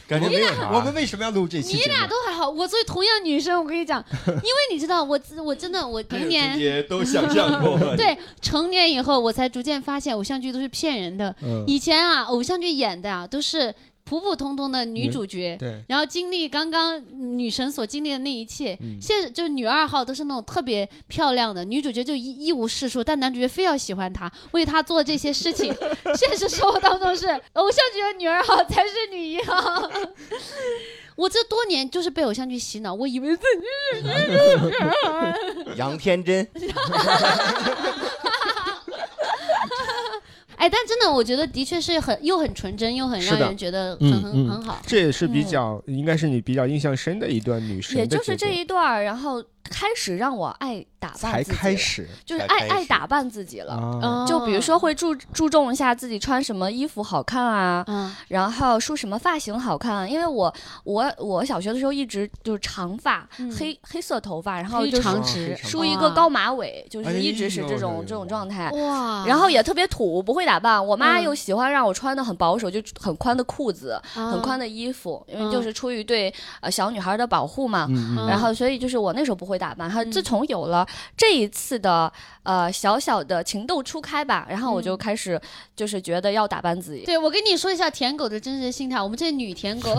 Speaker 3: 感觉没有啥。
Speaker 2: 我们为什么要录这期
Speaker 4: 你
Speaker 2: 节
Speaker 4: 俩
Speaker 2: 目？
Speaker 4: 都还好，我作为同样女生，我跟你讲，因为你知道，我自我真的我成年，
Speaker 3: 节都想象过
Speaker 4: 对成年以后，我才逐渐发现偶像剧都是骗人的。
Speaker 2: 嗯，
Speaker 4: 以前啊，偶像剧演的啊都是普普通通的女主角。
Speaker 2: 对，
Speaker 4: 然后经历刚刚女神所经历的那一切，
Speaker 2: 嗯
Speaker 4: 现在就是女二号都是那种特别漂亮的女主角，就一一无是处，但男主角非要喜欢她，为她做这些 事情。现实生活当中是偶像剧的女二号才是女一号。 我这多年就是被偶像剧洗脑，我以为自己
Speaker 3: 杨天 真，
Speaker 4: 哎，但真的我觉得的确是很又很纯真，又很
Speaker 2: 是
Speaker 4: 让
Speaker 2: 的
Speaker 4: 人觉得很
Speaker 2: 嗯
Speaker 4: 很、
Speaker 2: 嗯
Speaker 4: 很好。
Speaker 2: 这也是比较，应该是你比较印象深的一段女神的
Speaker 5: 嗯也
Speaker 2: 阶段。
Speaker 5: 就是这一段儿，然后开始让我爱打扮
Speaker 2: 才
Speaker 5: 自己了，
Speaker 2: 开始
Speaker 5: 就是
Speaker 3: 才
Speaker 5: 爱
Speaker 3: 开
Speaker 5: 爱
Speaker 3: 始
Speaker 5: 打扮自己了。
Speaker 2: 啊，
Speaker 5: 就比如
Speaker 4: 哦
Speaker 5: 说，会注注重一下自己穿什么衣服好看啊，
Speaker 4: 嗯，
Speaker 5: 然后梳什么发型好看？啊因为我我我小学的时候一直就是长发，
Speaker 4: 嗯
Speaker 5: 黑黑色头发，然后
Speaker 4: 黑
Speaker 5: 就
Speaker 4: 长啊
Speaker 5: 是
Speaker 4: 直
Speaker 2: 非常
Speaker 5: 梳一个高马尾，就
Speaker 2: 哎
Speaker 5: 是一直是这
Speaker 2: 呦
Speaker 5: 种
Speaker 2: 呦
Speaker 5: 这种状态。
Speaker 4: 哇，
Speaker 5: 然后也特别土，不会打扮。我妈
Speaker 4: 啊嗯
Speaker 5: 又喜欢让我穿的很保守，就很宽的裤子、很宽
Speaker 4: 的，
Speaker 5: 的衣服，因
Speaker 4: 啊嗯
Speaker 5: 为就是出于对呃小女孩的保护嘛。
Speaker 2: 嗯
Speaker 4: 嗯
Speaker 5: 然后，所以就是我那时候不会打扮，然后自从有了这一次的呃小小的情窦初开吧，然后我就
Speaker 4: 嗯
Speaker 5: 开始就是觉得要打扮自己。
Speaker 4: 对我跟你说一下舔狗的真实心态，我们这些女舔狗，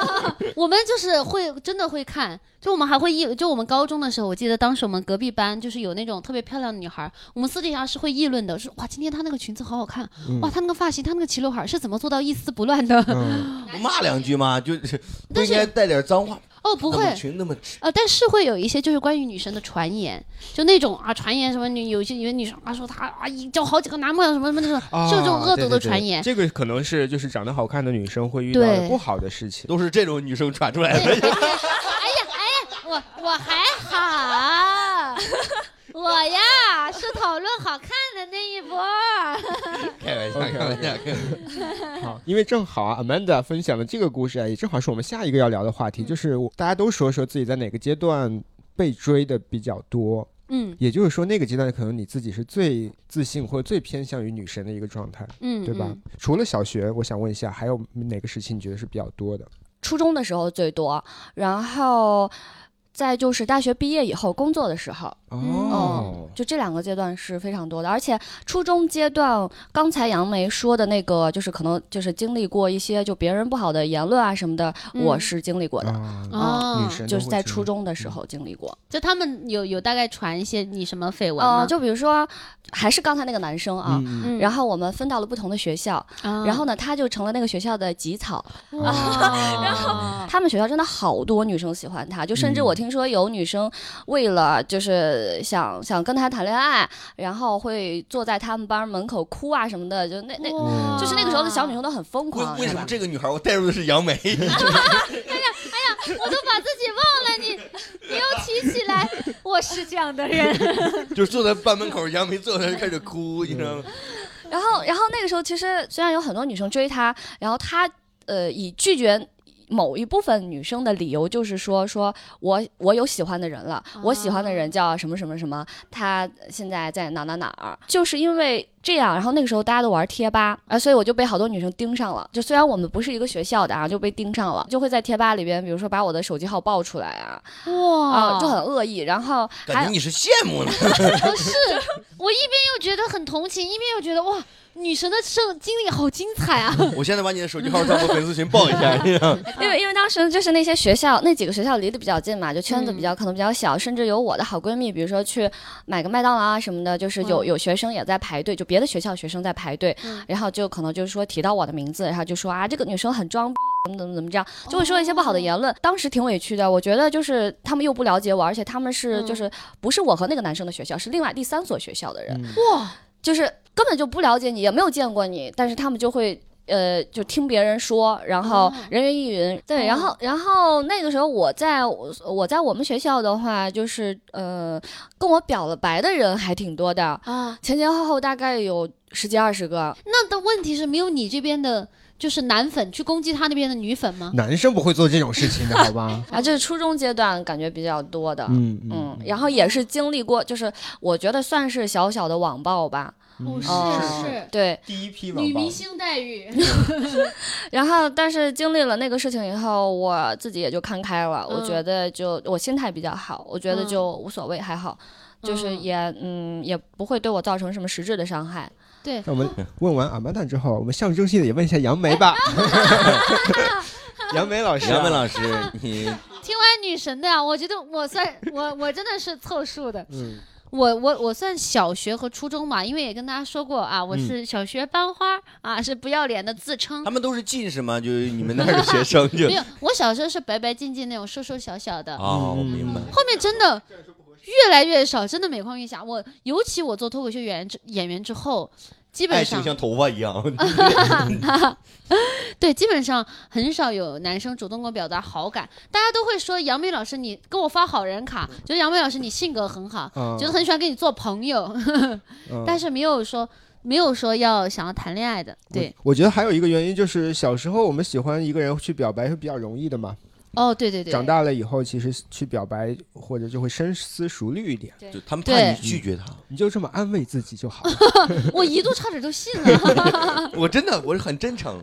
Speaker 4: 我们就是会真的会看，就我们还会议，就我们高中的时候，我记得当时我们隔壁班就是有那种特别漂亮的女孩儿，我们私底下是会议论的，说哇，今天她那个裙子好好看，
Speaker 2: 嗯
Speaker 4: 哇，她那个发型，她那个齐刘海儿是怎么做到一丝不乱的？
Speaker 2: 嗯，
Speaker 3: 不骂两句吗？就是不
Speaker 4: 但
Speaker 3: 应该
Speaker 4: 是
Speaker 3: 带点脏话。
Speaker 4: 哦，不
Speaker 3: 那么
Speaker 4: 会，
Speaker 3: 群那么直
Speaker 4: 呃，但是会有一些就是关于女生的传言，就那种啊，传言什么女有些有些女生啊说她啊一交好几个男朋友什么什么那种，
Speaker 2: 啊
Speaker 4: 就这种恶毒
Speaker 2: 对对
Speaker 4: 的
Speaker 2: 对
Speaker 4: 传言。
Speaker 2: 这个可能是就是长得好看的女生会遇到
Speaker 4: 对
Speaker 2: 的不好的事情。
Speaker 3: 都是这种女生传出来的。
Speaker 4: 我我还好，我呀是讨论好看的那一波。
Speaker 3: 开玩笑，开玩笑，开玩笑。
Speaker 2: 好，因为正好啊，Amanda 分享的这个故事啊，也正好是我们下一个要聊的
Speaker 5: 嗯
Speaker 2: 话题，就是我大家都说说自己在哪个阶段被追的比较多，
Speaker 4: 嗯
Speaker 2: 也就是说那个阶段可能你自己是最自信或者最偏向于女神的一个状态，
Speaker 4: 嗯，
Speaker 2: 对吧？
Speaker 4: 嗯
Speaker 2: 除了小学，我想问一下，还有哪个时期你觉得是比较多的？
Speaker 5: 初中的时候最多，然后再就是大学毕业以后工作的时候，
Speaker 2: 哦，
Speaker 5: 嗯就这两个阶段是非常多的。而且初中阶段，刚才杨梅说的那个，就是可能就是经历过一些就别人不好的言论啊什么的，
Speaker 4: 嗯
Speaker 5: 我是经历过的，
Speaker 2: 啊
Speaker 4: 哦
Speaker 2: 女神都
Speaker 5: 就是
Speaker 2: 会嗯
Speaker 5: 在
Speaker 2: 这
Speaker 5: 初
Speaker 2: 样
Speaker 5: 中的时候经历过。
Speaker 4: 就他们有有大概传一些你什么绯闻
Speaker 5: 呃，
Speaker 4: 吗？
Speaker 5: 就比如说，还是刚才那个男生啊。
Speaker 2: 嗯嗯
Speaker 4: 嗯
Speaker 5: 然后我们分到了不同的学校，
Speaker 4: 啊
Speaker 5: 然后呢，他就成了那个学校的吉草。
Speaker 4: 哇，然后嗯
Speaker 2: 嗯
Speaker 5: 他们学校真的好多女生喜欢他，就甚至我听听说有女生为了就是想想跟他谈恋爱，然后会坐在他们班门口哭啊什么的，就那那。
Speaker 4: 哇
Speaker 5: 就是那个时候的小女生都很疯
Speaker 3: 为
Speaker 5: 狂，
Speaker 3: 为什么
Speaker 5: 是吧
Speaker 3: 这个女孩我带入的是杨梅？
Speaker 4: 我都把自己忘了你，你又提起来，我是这样的人。
Speaker 3: 就是坐在班门口，杨梅坐在那儿开始哭，你知道吗？
Speaker 5: 然后，然后那个时候其实虽然有很多女生追他，然后他呃以拒绝。某一部分女生的理由就是说，说我我有喜欢的人了，我喜欢的人叫什么什么什么，他现在在哪哪哪儿，就是因为这样，然后那个时候大家都玩贴吧啊，所以我就被好多女生盯上了。就虽然我们不是一个学校的啊，就被盯上了，就会在贴吧里边，比如说把我的手机号报出来啊，啊、
Speaker 4: 哇
Speaker 5: 就很恶意。然后
Speaker 3: 感
Speaker 5: 还
Speaker 3: 觉
Speaker 5: 有
Speaker 3: 你是羡慕呢。
Speaker 4: 不是，我一边又觉得很同情，一边又觉得哇，女神的生经历好精彩啊！
Speaker 3: 我现在把你的手机号在我粉丝群报一下， 你知道吗？
Speaker 5: 因
Speaker 4: 嗯
Speaker 5: 为因为当时就是那些学校那几个学校离得比较近嘛，就圈
Speaker 4: 嗯
Speaker 5: 子比较可能比较小，甚至有我的好闺蜜，比如说去买个麦当劳啊什么的，就是有、
Speaker 4: 嗯
Speaker 5: 有学生也在排队，就别的学校学生在排队，
Speaker 4: 嗯
Speaker 5: 然后就可能就是说提到我的名字，然后就说啊这个女生很装逼。怎么怎么怎么这样，就会说一些不好
Speaker 4: 哦
Speaker 5: 的言论，当时挺委屈的。我觉得就是他们又不了解我，而且他们是
Speaker 4: 嗯
Speaker 5: 就是不是我和那个男生的学校，是另外第三所学校的人，
Speaker 2: 嗯
Speaker 4: 哦哇，
Speaker 5: 就是根本就不了解你，也没有见过你，但是他们就会。呃，就听别人说，然后
Speaker 4: 哦
Speaker 5: 人云亦云，对，
Speaker 4: 哦
Speaker 5: 然后，然后那个时候我在我我在我们学校的话，就是呃，跟我表了白的人还挺多的，
Speaker 4: 啊，
Speaker 5: 前前后后大概有十几二十个，
Speaker 4: 那的问题是没有你这边的，就是男粉去攻击他那边的女粉吗？
Speaker 2: 男生不会做这种事情的，好吧？
Speaker 5: 啊，这是初中阶段感觉比较多的，
Speaker 2: 嗯
Speaker 5: 嗯，然后也是经历过，就是我觉得算是小小的网暴吧，
Speaker 4: 哦，是
Speaker 5: 哦
Speaker 4: 是，
Speaker 5: 对，
Speaker 2: 第一批
Speaker 4: 女明星待 遇，
Speaker 5: 然后，但是经历了那个事情以后，我自己也就看开了。我
Speaker 4: 嗯
Speaker 5: 觉得就我心态比较好，我觉得
Speaker 4: 嗯
Speaker 5: 就无所谓，还好，就是
Speaker 4: 嗯
Speaker 5: 也嗯也不会对我造成什么实质的伤害。
Speaker 4: 对
Speaker 2: 那我们问完阿曼达之后，我们象征性的也问一下杨梅吧。 杨梅老师啊，
Speaker 3: 杨梅老师，你
Speaker 4: 听完女神的啊，我觉得我算我我真的是凑数的。
Speaker 2: 嗯，
Speaker 4: 我我我算小学和初中嘛，因为也跟大家说过啊，我是小学班花、啊，是不要脸的自称
Speaker 3: 嗯他。们都是近视吗？就是你们那儿的学生就
Speaker 4: 没有，我小时候是白白净净那种瘦瘦小小的，
Speaker 3: 哦，我明白。
Speaker 4: 后面真的越来越少，真的每况愈下。我尤其我做脱口秀演员之演员之后，基
Speaker 3: 爱
Speaker 4: 本
Speaker 3: 情
Speaker 4: 上
Speaker 3: 像头发一样，
Speaker 4: 哎对基本上很少有男生主动跟我表达好感，大家都会说杨梅老师你给我发好人
Speaker 2: 嗯
Speaker 4: 卡，觉得杨梅老师你性格很好， 觉得很喜欢跟你做朋友，
Speaker 2: 啊嗯
Speaker 4: 但是没有说没有说要想要谈恋爱的，对，
Speaker 2: 我，我觉得还有一个原因就是小时候我们喜欢一个人去表白是比较容易的嘛，
Speaker 4: 哦对对对，
Speaker 2: 长大了以后其实去表白或者就会深思熟虑一点，
Speaker 3: 就他们怕
Speaker 4: 对
Speaker 3: 你拒绝他。
Speaker 2: 你就这么安慰自己就好了。
Speaker 4: 我一度差点都信了。
Speaker 3: 我真的我是很真诚，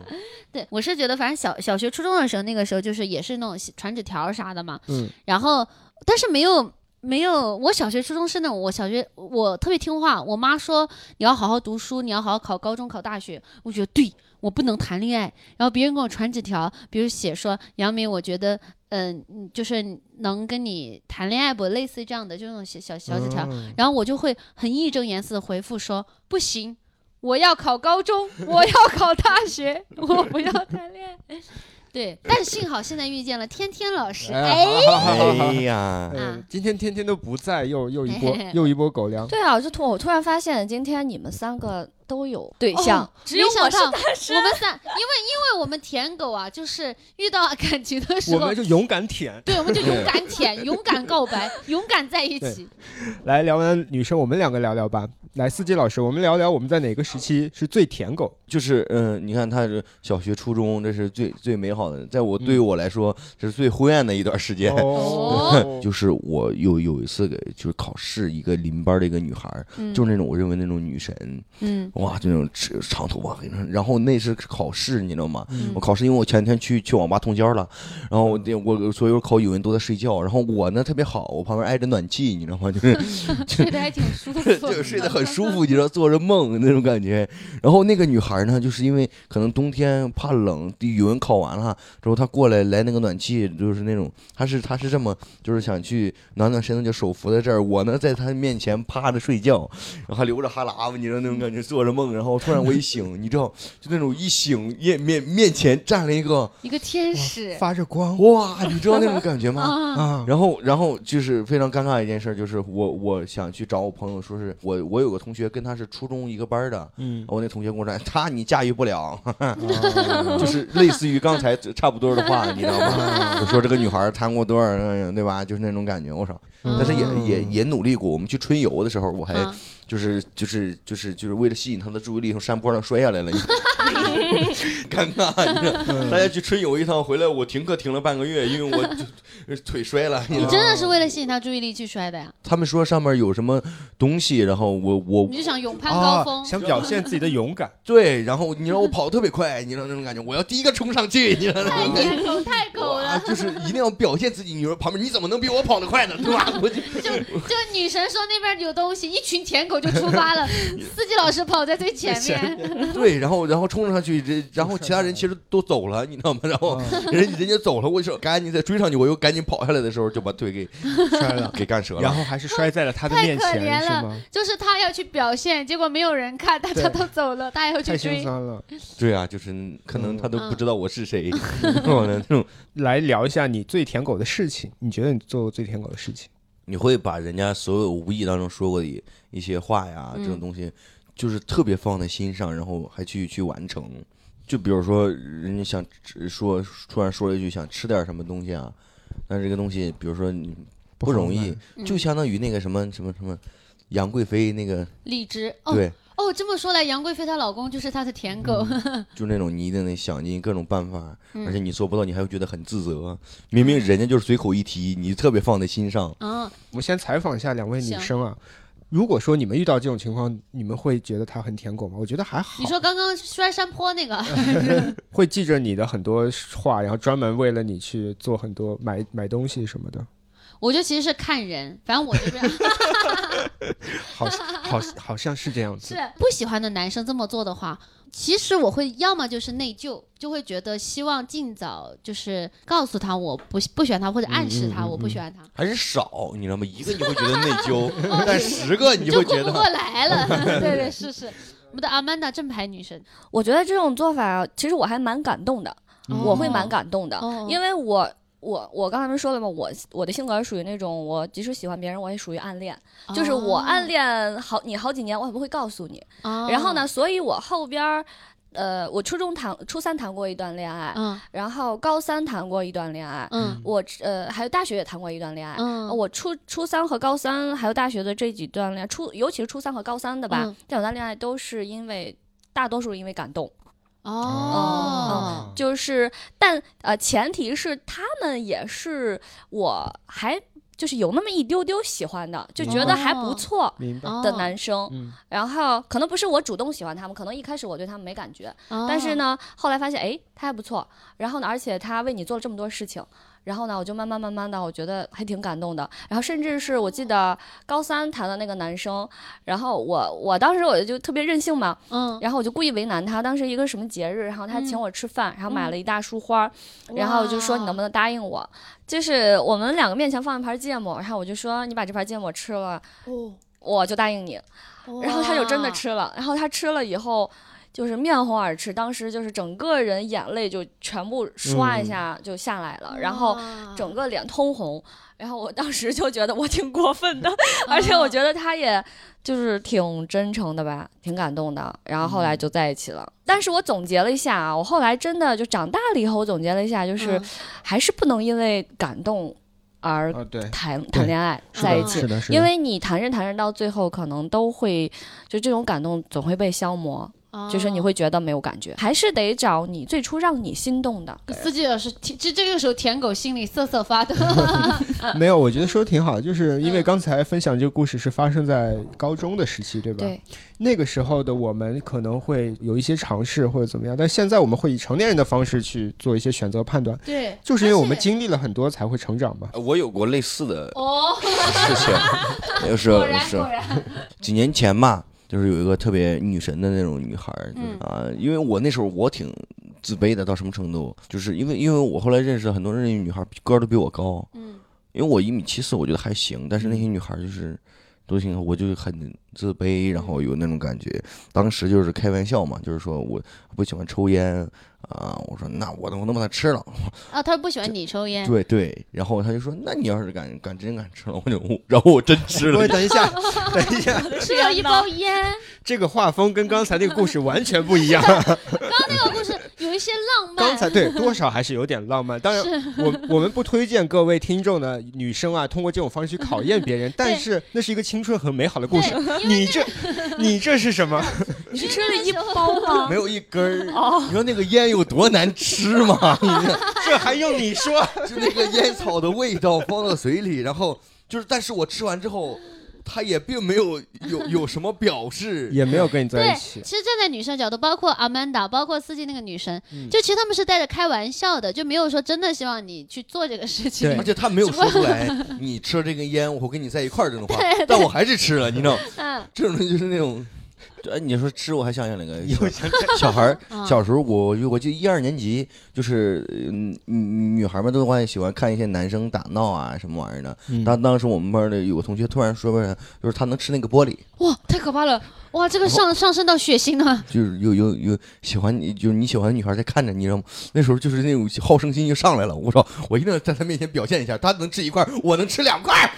Speaker 4: 对，我是觉得反正小小学、初中的时候，那个时候就是也是那种传纸条啥的嘛，
Speaker 2: 嗯，
Speaker 4: 然后但是没有。没有，我小学、初中是那种，我小学我特别听话，我妈说你要好好读书，你要好好考高中、考大学。我觉得对，我不能谈恋爱。然后别人给我传纸条，比如写说杨明，我觉得嗯、嗯就是能跟你谈恋爱不？类似于这样的，就那种小 小小纸条。
Speaker 2: 嗯
Speaker 4: 然后我就会很义正言辞的回复说：“不行，我要考高中，我要考大学，我不要谈恋爱。” 对，但幸好现在遇见了天天老师，
Speaker 2: 哎
Speaker 4: 哎，
Speaker 2: 呀，好好好好好
Speaker 3: 哎。 呀，
Speaker 2: 嗯
Speaker 4: 啊
Speaker 2: 今天天天都不在，又又一波 又一波狗粮。
Speaker 5: 对啊，我就突我突然发现今天你们三个都有对象，
Speaker 4: 哦
Speaker 5: 只有
Speaker 4: 没想
Speaker 5: 我是
Speaker 4: 到
Speaker 5: 单身
Speaker 4: 我。们三，因为因为我们舔狗啊，就是遇到感情的时
Speaker 2: 我
Speaker 4: 候
Speaker 2: 们，就勇敢舔，
Speaker 4: 对，我们就勇敢舔，勇敢告白，勇敢在一起。
Speaker 2: 来聊完女生，我们两个聊聊吧。来，司机老师，我们聊聊我们在哪个时期是最舔 狗？
Speaker 3: 就是嗯、你看他是小学、初中，这是最最美好的，在我对于我来说，这是最灰暗的一段时 间。
Speaker 4: 哦
Speaker 3: 就是我有有一次给就是考试，一个邻班的一个女孩儿，
Speaker 4: 嗯
Speaker 3: 就是那种我认为那种女神，
Speaker 4: 嗯
Speaker 3: 哇，就那种直长头发黑长，然后那是考试，你知道吗？
Speaker 4: 嗯
Speaker 3: 我考试，因为我前天去去网吧通宵了，然后我我所有考语文都在睡觉，然后我呢特别好，我旁边挨着暖气，你知道吗？ 就是，
Speaker 4: 睡得还挺舒服
Speaker 3: 就睡得很舒服，你知道，做着梦那种感觉。然后那个女孩呢，就是因为可能冬天怕冷，语文考完了之后，她过来来那个暖气，就是那种，她是她是这么，就是想去暖暖身子，就手扶在这儿，我呢在她面前趴着睡觉，然后还流着哈喇子，你知道那种感觉，做着梦，然后突然我一醒，你知道，就那种一醒面面面前站了一个，
Speaker 4: 一个天使，
Speaker 2: 发着
Speaker 4: 哦
Speaker 2: 光，
Speaker 3: 哇，你知道那种感觉吗？
Speaker 4: 啊
Speaker 2: 啊，
Speaker 3: 然后，然后就是非常尴尬的一件事，就是我我想去找我朋友，说是我我有个同学跟他是初中一个班儿的，
Speaker 2: 嗯，
Speaker 3: 我那同学跟我说，哎他你驾驭不 了，就是类似于刚才差不多的 话，你知道吗？我
Speaker 4: 啊
Speaker 3: 说这个女孩儿谈过多少，嗯对吧？就是那种感觉，我操！
Speaker 2: 嗯
Speaker 3: 但是也也也努力过，我们去春游的时候，我还
Speaker 4: 啊
Speaker 3: 就是就是就是就是为了吸引他的注意力，从山坡上摔下来了， 你知道吗尴尬。你知道
Speaker 2: 嗯
Speaker 3: 吗大家去春游一趟回来，我停课停了半个月，因为我就呃 腿摔了。
Speaker 2: 嗯
Speaker 3: 你知
Speaker 4: 你
Speaker 3: 道吗
Speaker 4: 真的是为了吸引他注意力去摔的呀？
Speaker 3: 他们说上面有什么东西，然后我我
Speaker 4: 你就想勇攀高
Speaker 2: 啊，
Speaker 4: 峰，
Speaker 2: 想表现自己的勇敢，
Speaker 3: 对，然后你让我跑得特别快， 你知道那种感觉，我要第一个冲上去， 你知道那种感觉。
Speaker 4: 太狗太狗
Speaker 3: 哇
Speaker 4: 了！
Speaker 3: 就是一定要表现自己。你说旁边你怎么能比我跑得快呢？ 对吧？我就
Speaker 4: 就就女神说那边有东西，一群舔狗就出发了，司机老师跑在最前面，
Speaker 3: 对，然后然后冲上去，人然后其他人其实都走了，你知道吗？然
Speaker 2: 嗯
Speaker 3: 后 人人家走了，我就赶紧再追上去，我又赶紧跑下来的时候就把腿给
Speaker 2: 摔了，
Speaker 3: 给干折
Speaker 2: 然
Speaker 3: 了。
Speaker 2: 后还是摔在了他的
Speaker 4: 太
Speaker 2: 面
Speaker 4: 可
Speaker 2: 前，
Speaker 4: 怜
Speaker 2: 是
Speaker 4: 了
Speaker 2: 吗？
Speaker 4: 就是他要去表现，结果没有人看， 大家
Speaker 2: 对
Speaker 4: 都走了，大家要
Speaker 2: 太
Speaker 4: 去
Speaker 2: 心
Speaker 4: 追。
Speaker 2: 酸了。
Speaker 3: 对啊，就是可能他都
Speaker 2: 嗯
Speaker 3: 不知道我 是谁， 我的那种。
Speaker 2: 来聊一下你最舔狗的事情，你觉得你做过最舔狗的事情？
Speaker 3: 你会把人家所有无意当中说过的一些话呀，这种东西，就是特别放在心上，然后还去去完成。就比如说，人家想吃说突然说了一句想吃点什么东西啊，但是这个东西，比如说你不容
Speaker 2: 好买
Speaker 3: 易，就相当于那个什么什么什么，杨贵妃那个
Speaker 4: 荔枝哦
Speaker 3: 对，
Speaker 4: 哦，这么说来，杨贵妃她老公就是她的舔狗，
Speaker 3: 就那种你一定得想尽各种办法，而且你做不到，你还会觉得很自责。明明人家就是随口一提，你特别放在心上。
Speaker 4: 嗯，
Speaker 2: 我先采访一下两位女
Speaker 4: 行
Speaker 2: 生啊，如果说你们遇到这种情况，你们会觉得他很舔狗吗？我觉得还好。
Speaker 4: 你说刚刚摔山坡那个，
Speaker 2: 会记着你的很多话，然后专门为了你去做很多买买东西什么的，
Speaker 4: 我觉得其实是看人，反正我这边
Speaker 2: 好好好像是这样子。
Speaker 4: 是不喜欢的男生这么做的话，其实我会要么就是内疚，就会觉得希望尽早就是告诉他我不不喜欢他，或者暗示他我不喜欢他，
Speaker 3: 还是少，你知道吗？一个你会觉得内 疚，但十个你会觉
Speaker 4: 就顾不过
Speaker 3: 得，
Speaker 4: 来 了。对对是是，我们的阿曼达正牌女神，
Speaker 5: 我觉得这种做法，其实我还蛮感动的，
Speaker 2: 嗯
Speaker 5: 我会蛮感动的，
Speaker 4: 哦
Speaker 5: 因为我。我我刚才不是说了吗？我我的性格属于那种，我即使喜欢别人，我也属于暗恋，就是我暗恋好你好几年，我也不会告诉你。
Speaker 4: 哦，
Speaker 5: 然后呢，所以我后边儿，呃，我初中谈初三谈过一段恋爱，
Speaker 4: 嗯，
Speaker 5: 然后高三谈过一段恋爱，
Speaker 4: 嗯
Speaker 5: 我呃还有大学也谈过一段恋爱。
Speaker 4: 嗯嗯，
Speaker 5: 我初初三和高三还有大学的这几段恋爱，初尤其是初三和高三的吧，
Speaker 4: 嗯
Speaker 5: 这两段恋爱都是因为大多数是因为感动，
Speaker 4: 哦，
Speaker 5: 就是但呃前提是他们也是我还就是有那么一丢丢喜欢的，就觉得还不
Speaker 4: 哦
Speaker 5: 错。
Speaker 2: 明白。
Speaker 5: 的男生，
Speaker 2: 嗯，
Speaker 5: 然后可能不是我主动喜欢他们，可能一开始我对他们没感觉，
Speaker 4: 哦，
Speaker 5: 但是呢，后来发现哎他还不错，然后呢，而且他为你做了这么多事情，然后呢，我就慢慢慢慢的，我觉得还挺感动的。然后甚至是我记得高三谈的那个男生，然后我我当时我就特别任性嘛，
Speaker 4: 嗯，
Speaker 5: 然后我就故意为难他。当时一个什么节日，然后他请我吃饭，然后买了一大束花儿，然后就说你能不能答应我？就是我们两个面前放一盘芥末，然后我就说你把这盘芥末吃了，我就答应你。
Speaker 4: 哇
Speaker 5: 然后他就真的，吃了，然后他吃了以后。就是面红耳赤，当时就是整个人眼泪就全部唰一
Speaker 2: 嗯
Speaker 5: 下就下来了，然后
Speaker 4: 哇
Speaker 5: 整个脸通红，然后我当时就觉得我挺过分 的，而且
Speaker 4: 嗯
Speaker 5: 我觉得他也就是挺真诚的吧，挺感动的。然后后
Speaker 2: 嗯
Speaker 5: 来就在一起了。但是我总结了一下啊，我后来真的就长大了以后，我总结了一下，就是
Speaker 4: 嗯
Speaker 5: 还是不能因为感动而
Speaker 2: 啊对，
Speaker 5: 谈谈恋爱
Speaker 2: 是
Speaker 5: 在
Speaker 2: 的
Speaker 5: 一起
Speaker 2: 是，的，是的。
Speaker 5: 因为你谈着谈着到最后，可能都会就这种感动总会被消磨，就是你
Speaker 4: 哦
Speaker 5: 会觉得没有感觉，还是得找你最初让你心动的。
Speaker 4: 司机老师，这这这个时候舔狗心里瑟瑟 发抖。
Speaker 2: 没有，我觉得说的挺好，就是
Speaker 4: 嗯
Speaker 2: 因为刚才分享这个故事是发生在高中的时期，对吧？
Speaker 5: 对，
Speaker 2: 那个时候的我们可能会有一些尝试或者怎么样，但现在我们会以成年人的方式去做一些选择判断，
Speaker 4: 对，
Speaker 2: 就是因为我们
Speaker 4: 而且
Speaker 2: 经历了很多才会成长嘛。
Speaker 3: 我有过类似 的
Speaker 4: 哦，
Speaker 3: 事 情，就是
Speaker 4: 果然
Speaker 3: 是
Speaker 4: 果然，
Speaker 3: 几年前吧，就是有一个特别女神的那种女孩儿、
Speaker 4: 嗯
Speaker 3: 就是啊，因为我那时候我挺自卑的，到什么程度？就是因为因为我后来认识了很多那些女孩儿，个儿都比我高，
Speaker 4: 嗯，
Speaker 3: 因为我一米七四，我觉得还行，但是那些女孩儿就是多情，我就很自卑，然后有那种感觉。当时就是开玩笑嘛，就是说我不喜欢抽烟啊、我说那我能能把它吃了。
Speaker 4: 啊，他不喜欢你抽烟，
Speaker 3: 对对，然后他就说那你要是敢敢真敢吃了，我就然后我真
Speaker 2: 各
Speaker 3: 吃了
Speaker 2: 位。等一下，等一下，
Speaker 4: 吃啊 了一包烟。
Speaker 2: 这个画风跟刚才那个故事完全不 一样。
Speaker 4: 刚刚那个故事有一些浪漫，
Speaker 2: 刚才对多少还是有点浪漫，当然我我们不推荐各位听众呢，女生啊，通过这种方式去考验 别人，但是那是一个青春很美好的故事。
Speaker 4: 对，因为
Speaker 2: 你这，你这是什么？
Speaker 5: 你是吃了一包吗？
Speaker 3: 没有一根儿，你说那个烟有多难吃吗？
Speaker 2: 这还用你说？
Speaker 3: 就那个烟草的味道放到嘴里，然后就是，但是我吃完之后，他也并没有有有什么表示，
Speaker 2: 也没有跟你在
Speaker 4: 对，
Speaker 2: 一
Speaker 4: 其
Speaker 2: 起。
Speaker 4: 实站在女生角度，包括阿曼达，包括司机那个女生，
Speaker 2: 嗯
Speaker 4: 就其实他们是带着开玩笑的，就没有说真的希望你去做这个事情。
Speaker 2: 对
Speaker 3: 而且他没有说出来，你吃了这根烟，我会跟你在一块儿这种话，但我还是吃了，你知道，
Speaker 4: 嗯，
Speaker 3: 这种就是那种，哎，你说吃我还想起来个
Speaker 2: 有想起来
Speaker 3: 小孩儿
Speaker 4: 啊
Speaker 3: 小时候我我记得一二年级，就是嗯女女孩们都会喜欢看一些男生打闹啊什么玩意儿的。当当时我们班儿的有个同学突然说出来，就是他能吃那个玻璃，
Speaker 4: 哇，太可怕了！哇，这个上上升到血腥了。
Speaker 3: 就是有有有喜欢你，就是你喜欢的女孩在看着你，知道吗？那时候就是那种好胜心就上来了。我说我一定要在她面前表现一下，她能吃一块儿，我能吃两块儿。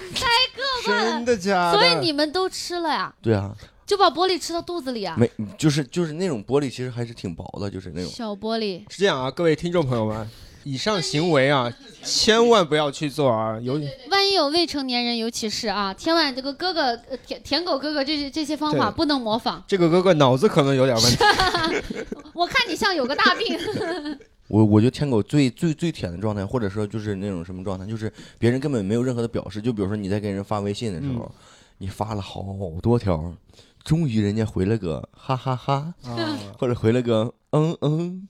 Speaker 2: 真的假的？
Speaker 4: 所以你们都吃了呀，
Speaker 3: 对啊，
Speaker 4: 就把玻璃吃到肚子里啊，
Speaker 3: 没就是就是那种玻璃其实还是挺薄的，就是那种。
Speaker 4: 小玻璃。
Speaker 2: 是这样啊，各位听众朋友们，以上行为啊，千万不要去做啊，有
Speaker 4: 万一有未成年人，尤其是啊，千万这个哥哥呃舔舔狗哥哥这些这些方法
Speaker 2: 对
Speaker 4: 不能模仿。
Speaker 2: 这个哥哥脑子可能有点 问题。
Speaker 4: 我看你像有个大病。
Speaker 3: 我我觉得舔狗最最最舔的状态，或者说就是那种什么状态，就是别人根本没有任何的表示。就比如说你在给人发微信的时候，你发了好多条，终于人家回了个哈哈哈
Speaker 2: 啊
Speaker 3: 或者回了个嗯嗯，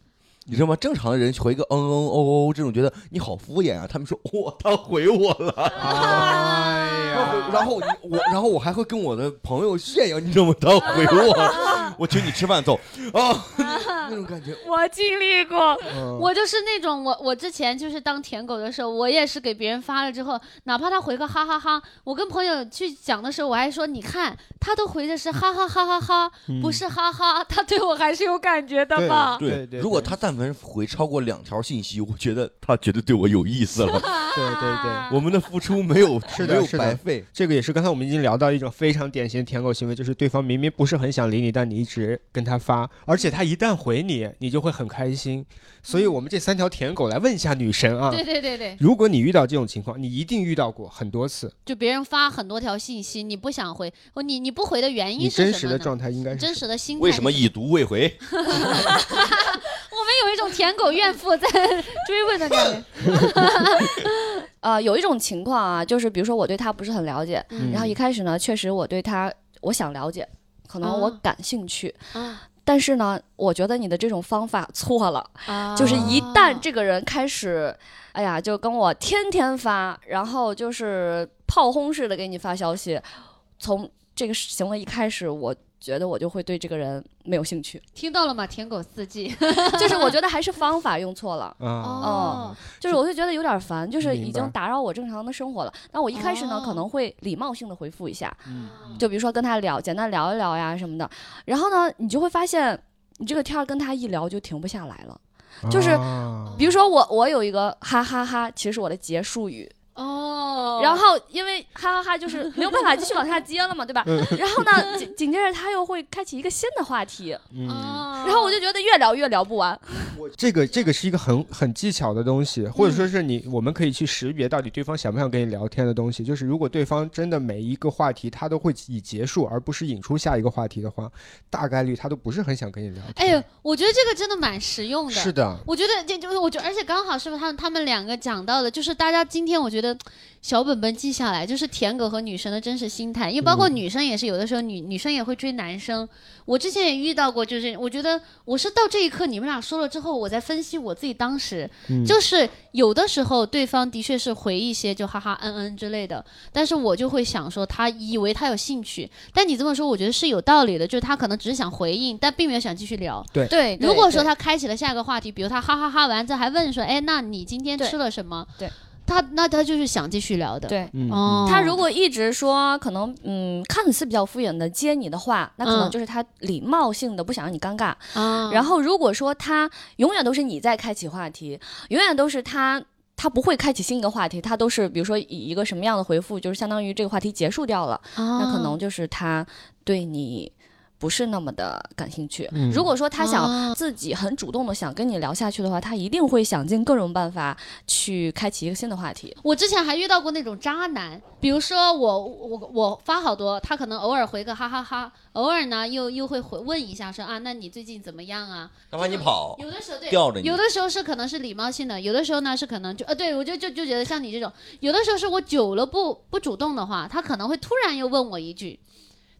Speaker 3: 你知道吗？正常的人回个嗯嗯哦哦这种，觉得你好敷衍啊。他们说哇，他回我了，
Speaker 2: 哎
Speaker 3: 然后
Speaker 2: 呀，
Speaker 3: 然后我我然后我还会跟我的朋友炫耀，你知道吗？他回我了，我请你吃饭走啊，那种感觉。
Speaker 5: 我经历过，
Speaker 2: 嗯
Speaker 4: 我就是那种，我我之前就是当舔狗的时候，我也是给别人发了之后，哪怕他回个哈哈哈我跟朋友去讲的时候，我还说，你看他都回的是哈哈哈哈哈，
Speaker 2: 嗯
Speaker 4: 不是哈哈，他对我还是有感觉的
Speaker 2: 对
Speaker 4: 嘛。
Speaker 2: 对对
Speaker 3: 如果他但凡回超过两条信息，我觉得他绝对对我有意思 了。
Speaker 2: 对
Speaker 4: 啊
Speaker 2: 对对。
Speaker 3: 我们的付出没有
Speaker 2: 是的
Speaker 3: 没有
Speaker 2: 是的
Speaker 3: 白费。
Speaker 2: 这个也是刚才我们已经聊到一种非常典型的舔狗行为，就是对方明明不是很想理你，但你一直跟他发，而且他一旦回你，你就会很开心。所以我们这三条舔狗来问一下女神啊，
Speaker 4: 对对对对，
Speaker 2: 如果你遇到这种情况，你一定遇到过很多次，
Speaker 4: 就别人发很多条信息，你不想回，哦你你不回的原
Speaker 2: 你
Speaker 4: 因
Speaker 2: 真
Speaker 4: 是
Speaker 2: 实
Speaker 4: 什
Speaker 2: 的
Speaker 4: 么呢？
Speaker 2: 状态应该是
Speaker 4: 真实的心态
Speaker 3: 为
Speaker 4: 是
Speaker 3: 什么已读未回？
Speaker 4: 我们有一种舔狗怨妇在追问的 感觉？
Speaker 5: 呃，有一种情况啊，就是比如说我对他不是很了解，
Speaker 2: 嗯
Speaker 5: 然后一开始呢，确实我对他我想了解，可能我
Speaker 4: 啊
Speaker 5: 感兴趣，
Speaker 4: 啊
Speaker 5: 但是呢，我觉得你的这种方法错了，
Speaker 4: 啊
Speaker 5: 就是一旦这个人开始，哎呀，就跟我天天发，然后就是炮轰似的给你发消息，从这个行为一开始，我觉得我就会对这个人没有兴趣，
Speaker 4: 听到了吗？舔狗四季
Speaker 5: 就是我觉得还是方法用错了。
Speaker 2: 啊，
Speaker 5: 哦，就是我就觉得有点烦，就是
Speaker 2: 明
Speaker 5: 已经
Speaker 2: 白
Speaker 5: 打扰我正常的生活了。那我一开始呢，可能会礼貌性的回复一下，
Speaker 2: 嗯
Speaker 5: 就比如说跟他聊，简单聊一聊呀什么的。然后呢，你就会发现，你这个天儿跟他一聊就停不下来了。就是
Speaker 2: 啊
Speaker 5: 比如说我，我有一个哈哈哈，其实是我的结束语。
Speaker 4: 哦，
Speaker 5: 然后因为哈哈哈就是没有办法继续往下接了嘛，对吧？然后呢，紧紧接着他又会开启一个新的话题，
Speaker 2: 嗯，
Speaker 4: 哦，
Speaker 5: 然后我就觉得越聊越聊不完。
Speaker 2: 这个这个是一个很很技巧的东西，或者说是你我们可以去识别到底对方想不想跟你聊天的东西。就是如果对方真的每一个话题他都会以结束而不是引出下一个话题的话，大概率他都不是很想跟你聊天。
Speaker 4: 哎呦，我觉得这个真的蛮实用的。
Speaker 2: 是的，
Speaker 4: 我觉得这就是，我觉得，而且刚好是不是他们他们两个讲到的，就是大家今天我觉得小本本记下来，就是舔狗和女生的真实心态，因为包
Speaker 2: 嗯
Speaker 4: 括女生也是，有的时候女女生也会追男生，我之前也遇到过，就是我觉得我是到这一刻你们俩说了之后，我在分析我自己当时，
Speaker 2: 嗯
Speaker 4: 就是有的时候对方的确是回一些就哈哈嗯嗯之类的，但是我就会想说他以为他有兴趣，但你这么说我觉得是有道理的，就是他可能只是想回应，但并没有想继续聊。
Speaker 5: 对
Speaker 4: 如果说他开启了下一个话题，比如他哈哈哈完之后还问说，哎，那你今天
Speaker 5: 对
Speaker 4: 吃了什么？
Speaker 5: 对
Speaker 4: 他那他就是想继续聊的。，
Speaker 5: 对。
Speaker 2: 嗯
Speaker 4: 哦，
Speaker 5: 他如果一直说可能嗯看似比较敷衍的接你的话，那可能
Speaker 4: 嗯
Speaker 5: 就是他礼貌性的不想让你尴尬。
Speaker 4: 啊，
Speaker 5: 然后如果说他永远都是你在开启话题，永远都是他。他不会开启新一个话题，他都是比如说以一个什么样的回复，就是相当于这个话题结束掉了，
Speaker 4: 那
Speaker 5: 那可能就是他对你不是那么的感兴趣。
Speaker 2: 嗯
Speaker 5: 如果说他想
Speaker 4: 啊
Speaker 5: 自己很主动的想跟你聊下去的话，他一定会想尽各种办法去开启一个新的话题。
Speaker 4: 我之前还遇到过那种渣男，比如说我我我发好多，他可能偶尔回个哈哈哈偶尔呢又又会回问一下说啊，那你最近怎么样啊？
Speaker 3: 他怕你跑，
Speaker 4: 有的时候对。
Speaker 3: 吊着你
Speaker 4: 有。的时候是可能是礼貌性的，有的时候呢是可能就呃，对我就就就觉得像你这种，有的时候是我久了不不主动的话，他可能会突然又问我一句，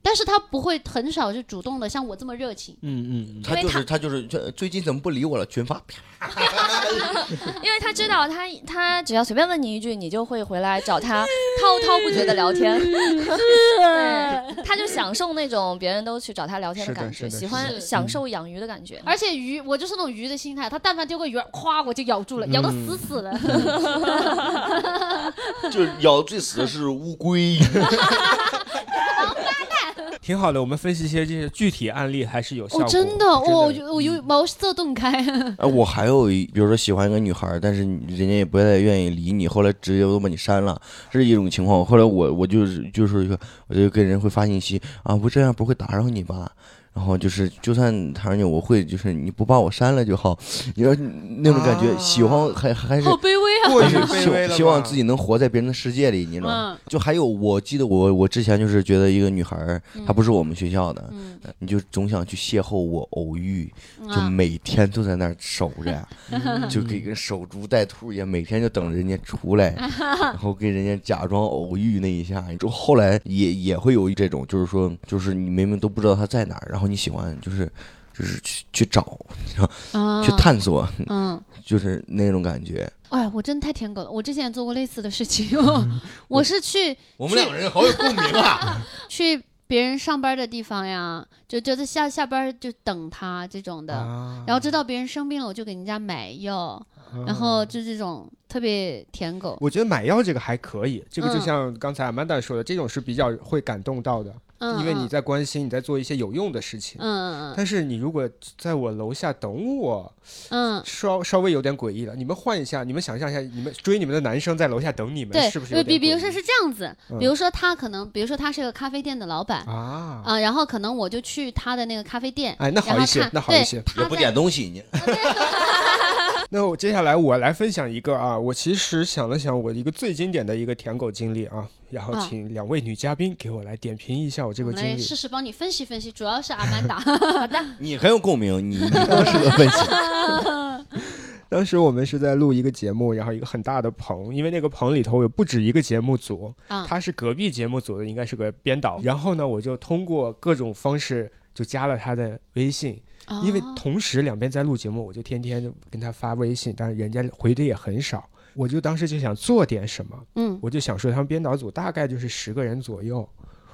Speaker 4: 但是他不会很少是主动的，像我这么热情。
Speaker 2: 嗯嗯
Speaker 3: 他
Speaker 5: 因为
Speaker 3: 就是
Speaker 5: 他
Speaker 3: 他就是这最近怎么不理我了？群发啪，
Speaker 5: 因为他知道他他只要随便问你一句，你就会回来找他滔滔不绝的聊 天，对，他就享受那种别人都去找他聊天
Speaker 2: 是的
Speaker 5: 感觉，
Speaker 2: 是的嗯
Speaker 5: 喜
Speaker 4: 是的
Speaker 5: 欢享受养鱼的感觉。
Speaker 4: 而且鱼，我就是那种鱼的心态，他但凡丢个鱼儿，咵我就咬住了，咬得死死的。
Speaker 3: 就是咬最死的是乌龟。
Speaker 2: 嗯，挺好的。我们分析一些这些具体案例还是有效果。
Speaker 4: 哦，真的，哦，我
Speaker 2: 嗯
Speaker 4: 就我有茅塞顿开。
Speaker 3: 哎，我还有一，比如说喜欢一个女孩儿，但是你人家也不太愿意理你，后来直接都把你删了，这是一种情况。后来我我就是就是一个，我就跟人会发信息啊，不这样不会打扰你吧？然后就是就算打扰你，我会就是你不把我删了就好，你要那种感觉，喜欢还还是。
Speaker 4: 卑微
Speaker 2: 过于
Speaker 3: 还是
Speaker 2: 卑微了吧啊
Speaker 3: 希希望自己能活在别人的世界里，你知道吗？
Speaker 4: 嗯
Speaker 3: 就还有，我记得我我之前就是觉得一个女孩儿，她不是我们学校的，
Speaker 4: 嗯
Speaker 3: 你就总想去邂逅我偶遇，就
Speaker 4: 啊，
Speaker 3: 每天都在那儿守着，
Speaker 4: 嗯
Speaker 3: 就给个守株待兔一样，每天就等着人家出 来，然后跟人家假装偶遇那一下。就后来也也会有这种，就是说，就是你明明都不知道他在哪儿，然后你喜欢就是。就是去去找、
Speaker 4: 啊
Speaker 3: 去探索，
Speaker 4: 嗯，
Speaker 3: 就是那种感觉。
Speaker 4: 哎，我真太舔狗了，我之前也做过类似的 事情。我是去
Speaker 3: 我
Speaker 4: 们两
Speaker 3: 个人好有共鸣啊！
Speaker 4: 去别人上班的地方呀，就就在下下班就等他这种的。
Speaker 2: 啊嗯
Speaker 4: 然后知道别人生病了，我就给人家买药，然后就这种特别舔狗。
Speaker 2: 我觉得买药这个还可以，这个就
Speaker 4: 嗯
Speaker 2: 像刚才阿曼达说的，这种是比较会感动到的，
Speaker 4: 嗯，
Speaker 2: 因为你
Speaker 4: 嗯
Speaker 2: 在关心，你在做一些有用的事情。
Speaker 4: 嗯嗯
Speaker 2: 但是你如果在我楼下等我，
Speaker 4: 嗯，
Speaker 2: 稍稍微有点诡异了。你们换一下，你们想象一下，你们追你们的男生在楼下等你们，
Speaker 4: 对，
Speaker 2: 是不是
Speaker 4: 呃
Speaker 2: 有
Speaker 4: 比
Speaker 2: 点诡异？
Speaker 4: 比如说是这样子，比
Speaker 2: 嗯
Speaker 4: 如说他可能，比如说他是个咖啡店的老板，
Speaker 2: 啊，
Speaker 4: 啊，然后可能我就去他的那个咖啡店，
Speaker 2: 哎，那好
Speaker 4: 然
Speaker 2: 一
Speaker 4: 后
Speaker 2: 些
Speaker 4: 看，
Speaker 2: 那好
Speaker 4: 对
Speaker 2: 一些。
Speaker 3: 也
Speaker 4: 他
Speaker 3: 不
Speaker 4: 在
Speaker 3: 点东西，你
Speaker 2: 那我接下来我来分享一个啊，我其实想了想我一个最经典的一个舔狗经历啊，然后
Speaker 4: 啊
Speaker 2: 请两位女嘉宾给我来点评一下我这
Speaker 4: 我
Speaker 2: 个
Speaker 4: 们
Speaker 2: 经
Speaker 4: 来
Speaker 2: 历。
Speaker 4: 试试帮你分析分析，主要是阿 曼达。
Speaker 3: 你很有共鸣，你你更适合分析。
Speaker 2: 当时我们是在录一个节目，然后一个很大的棚，因为那个棚里头有不止一个节目组，
Speaker 4: 啊
Speaker 2: 他是隔壁节目组的，应该是个编导。然后呢，我就通过各种方式就加了他的微信，因为
Speaker 4: 哦
Speaker 2: 同时两边在录节目，我就天天就跟他发微信，但是人家回的也很少。我就当时就想做点什么，
Speaker 4: 嗯
Speaker 2: 我就想说他们编导组大概就是十个人左右，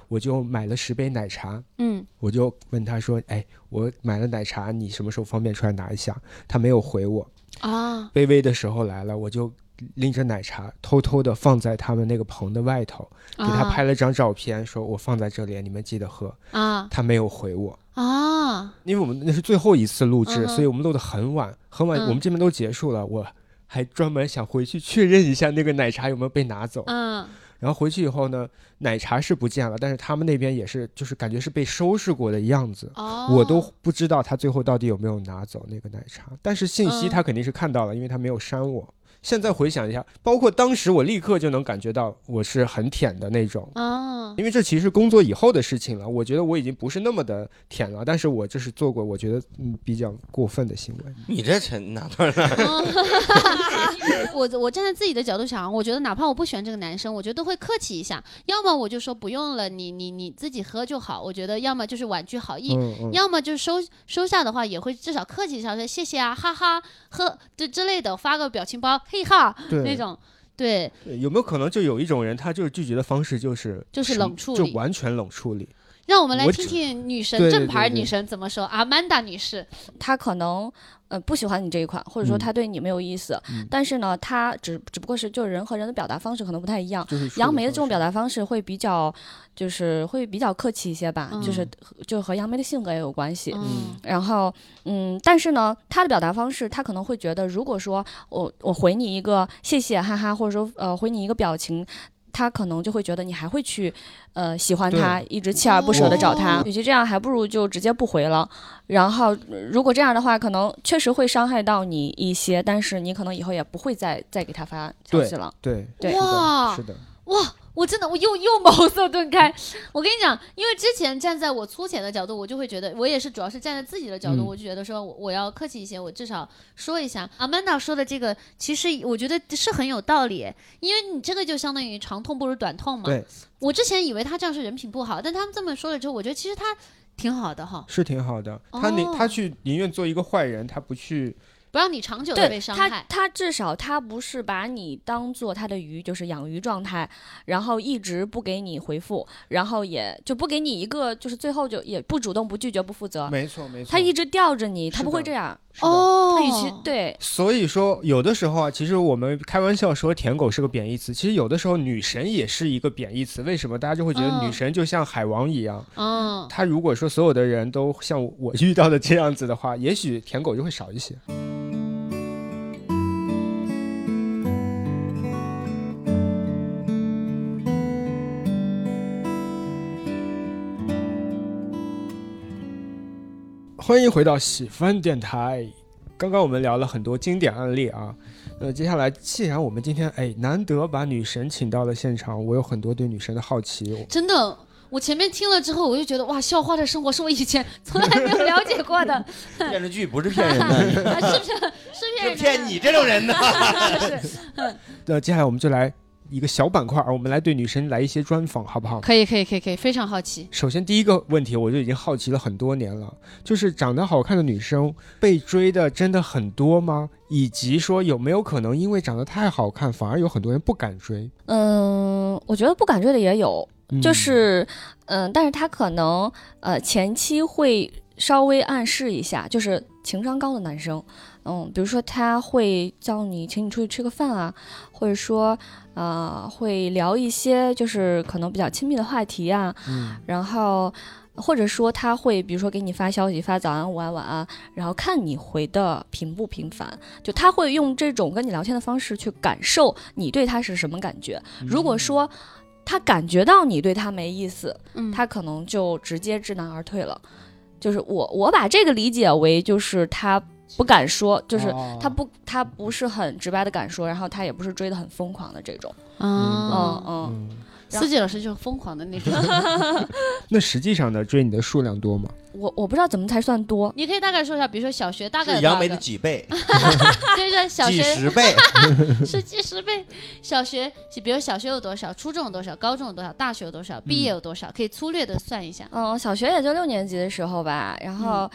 Speaker 2: 我就买了十杯奶茶，
Speaker 4: 嗯
Speaker 2: 我就问他说：“哎，我买了奶茶，你什么时候方便出来拿一下？”他没有回我，
Speaker 4: 啊
Speaker 2: 卑微的时候来了，我就拎着奶茶偷偷的放在他们那个棚的外头，
Speaker 4: 啊
Speaker 2: 给他拍了张照片，说我放在这里，你们记得喝。
Speaker 4: 啊
Speaker 2: 他没有回我，
Speaker 4: 啊
Speaker 2: 因为我们那是最后一次录制，
Speaker 4: 嗯哼
Speaker 2: 所以我们录的很晚，很晚，
Speaker 4: 嗯
Speaker 2: 我们这边都结束了，我。还专门想回去确认一下那个奶茶有没有被拿走，
Speaker 4: 嗯
Speaker 2: 然后回去以后呢，奶茶是不见了，但是他们那边也是，就是感觉是被收拾过的样子，
Speaker 4: 哦，
Speaker 2: 我都不知道他最后到底有没有拿走那个奶茶，但是信息
Speaker 4: 嗯
Speaker 2: 他肯定是看到了，因为他没有删我。现在回想一下，包括当时我立刻就能感觉到我是很舔的那种，
Speaker 4: 啊
Speaker 2: 因为这其实工作以后的事情了。我觉得我已经不是那么的舔了，但是我这是做过我觉得嗯比较过分的行为。
Speaker 3: 你这陈哪段儿啊？
Speaker 4: 我我站在自己的角度想，啊我觉得哪怕我不喜欢这个男生，我觉得都会客气一下，要么我就说不用了，你你你自己喝就好。我觉得要么就是婉拒好意，
Speaker 2: 嗯嗯，
Speaker 4: 要么就是收收下的话，也会至少客气一下，说谢谢啊，哈哈，呵，这之类的，发个表情包，嘿哈
Speaker 2: 对
Speaker 4: 那种，对，
Speaker 2: 对有没有可能就有一种人，他就是拒绝的方式就是
Speaker 4: 就是
Speaker 2: 什么
Speaker 4: 冷处
Speaker 2: 就
Speaker 4: 理
Speaker 2: 完全冷处理。
Speaker 4: 让我们来
Speaker 2: 我
Speaker 4: 听
Speaker 2: 只
Speaker 4: 听女神
Speaker 2: 对对
Speaker 4: 正牌
Speaker 2: 对对
Speaker 4: 女神怎么说，阿曼达女士。
Speaker 5: 他可能呃不喜欢你这一款，或者说
Speaker 2: 嗯
Speaker 5: 他对你没有意思，
Speaker 2: 嗯
Speaker 5: 但是呢，他只只不过是就是人和人的表达方式可能不太一样。
Speaker 2: 就是
Speaker 5: 杨梅的这种表
Speaker 2: 达，
Speaker 5: 达方式会比较，就是会比较客气一些吧，
Speaker 2: 嗯
Speaker 5: 就是就和杨梅的性格也有关系。
Speaker 4: 嗯
Speaker 5: 然后，嗯，但是呢，他的表达方式，他可能会觉得，如果说我我回你一个谢谢哈哈，或者说呃回你一个表情，他可能就会觉得你还会去呃喜欢他，一直锲而不舍的找他
Speaker 4: 哦。
Speaker 5: 与其这样，还不如就直接不回了。然后，呃如果这样的话，可能确实会伤害到你一些，但是你可能以后也不会再再给他发消息了。
Speaker 2: 对，
Speaker 5: 对
Speaker 2: 是的
Speaker 4: 哇
Speaker 2: 是的，
Speaker 4: 哇！我真的，我又又茅塞顿开。我跟你讲，因为之前站在我粗浅的角度，我就会觉得，我也是主要是站在自己的角度，
Speaker 2: 嗯
Speaker 4: 我就觉得说我我要客气一些，我至少说一下。阿曼达说的这个，其实我觉得是很有道理，因为你这个就相当于长痛不如短痛嘛。
Speaker 2: 对，
Speaker 4: 我之前以为他这样是人品不好，但他们这么说了之后，我觉得其实他挺好的哈，
Speaker 2: 是挺好的。他宁
Speaker 5: 哦
Speaker 2: 他去宁愿做一个坏人，他不去
Speaker 4: 不让你长久的被
Speaker 5: 对
Speaker 4: 伤
Speaker 5: 他
Speaker 4: 害，。
Speaker 5: 他至少他不是把你当做他的鱼，就是养鱼状态，然后一直不给你回复，然后也就不给你一个，就是最后就也不主动、不拒绝、不负责，
Speaker 2: 没错没错。
Speaker 5: 啊他一直吊着你，
Speaker 2: 是
Speaker 5: 他不会
Speaker 2: 的
Speaker 5: 这样。
Speaker 2: 是的
Speaker 4: 哦
Speaker 5: 他与其对，
Speaker 2: 所以说，有的时候啊，其实我们开玩笑说“舔狗”是个贬义词，其实有的时候“女神”也是一个贬义词。为什么大家就会觉得
Speaker 4: 嗯
Speaker 2: 女神就像海王一样？
Speaker 4: 嗯，
Speaker 2: 她如果说所有的人都像我遇到的这样子的话，也 许舔狗就会少一些。欢迎回到喜番电台。刚刚我们聊了很多经典案例啊，那接下来既然我们今天哎难得把女神请到了现场，我有很多对女神的好奇，我
Speaker 4: 真的。我前面听了之后，我就觉得哇，校花的生活是我以前从来没有了解 过的，
Speaker 3: 电视剧不是骗人的，
Speaker 4: 啊是不是？是
Speaker 3: 是
Speaker 4: 骗人的
Speaker 3: 骗你这种人的。
Speaker 2: 那呃接下来我们就来一个小板块儿，我们来对女神来一些专访，好不好？
Speaker 4: 可以可以可以可以，非常好奇。
Speaker 2: 首先第一个问题，我就已经好奇了很多年了，就是长得好看的女生被追的真的很多吗？以及说有没有可能因为长得太好看，反而有很多人不敢追？
Speaker 5: 嗯，我觉得不敢追的也有，
Speaker 2: 嗯
Speaker 5: 就是嗯，但是他可能呃前期会稍微暗示一下，就是情商高的男生，嗯，比如说他会叫你请你出去吃个饭啊，或者说呃会聊一些就是可能比较亲密的话题啊，
Speaker 2: 嗯
Speaker 5: 然后或者说他会比如说给你发消息，发早安、午安、晚安，然后看你回的频不频繁，就他会用这种跟你聊天的方式去感受你对他是什么感觉。
Speaker 2: 嗯
Speaker 5: 如果说他感觉到你对他没意思，
Speaker 4: 嗯
Speaker 5: 他可能就直接知难而退了。就是我我把这个理解为就是他不敢说，就是
Speaker 2: 哦
Speaker 5: 他不他不是很直白的敢说，然后他也不是追的很疯狂的这种。嗯
Speaker 4: 啊，
Speaker 5: 嗯。
Speaker 2: 嗯，
Speaker 4: 司机老师就是疯狂的那种。
Speaker 2: 那实际上呢，追你的数量多吗？
Speaker 5: 我我不知道怎么才算多，
Speaker 4: 你可以大概说一下，比如说小学大概
Speaker 3: 是
Speaker 4: 有
Speaker 3: 杨
Speaker 4: 多
Speaker 3: 梅
Speaker 4: 少
Speaker 3: 的
Speaker 4: 个？
Speaker 3: 几倍？
Speaker 4: 对对，小
Speaker 3: 几
Speaker 4: 学
Speaker 3: 十倍？
Speaker 4: 是几十倍。小学，比如小学有多少，初中有多少，高中有多少，大学有多少，毕业有多少，可以粗略的算一下。
Speaker 5: 嗯，小学也就六年级的时候吧，然后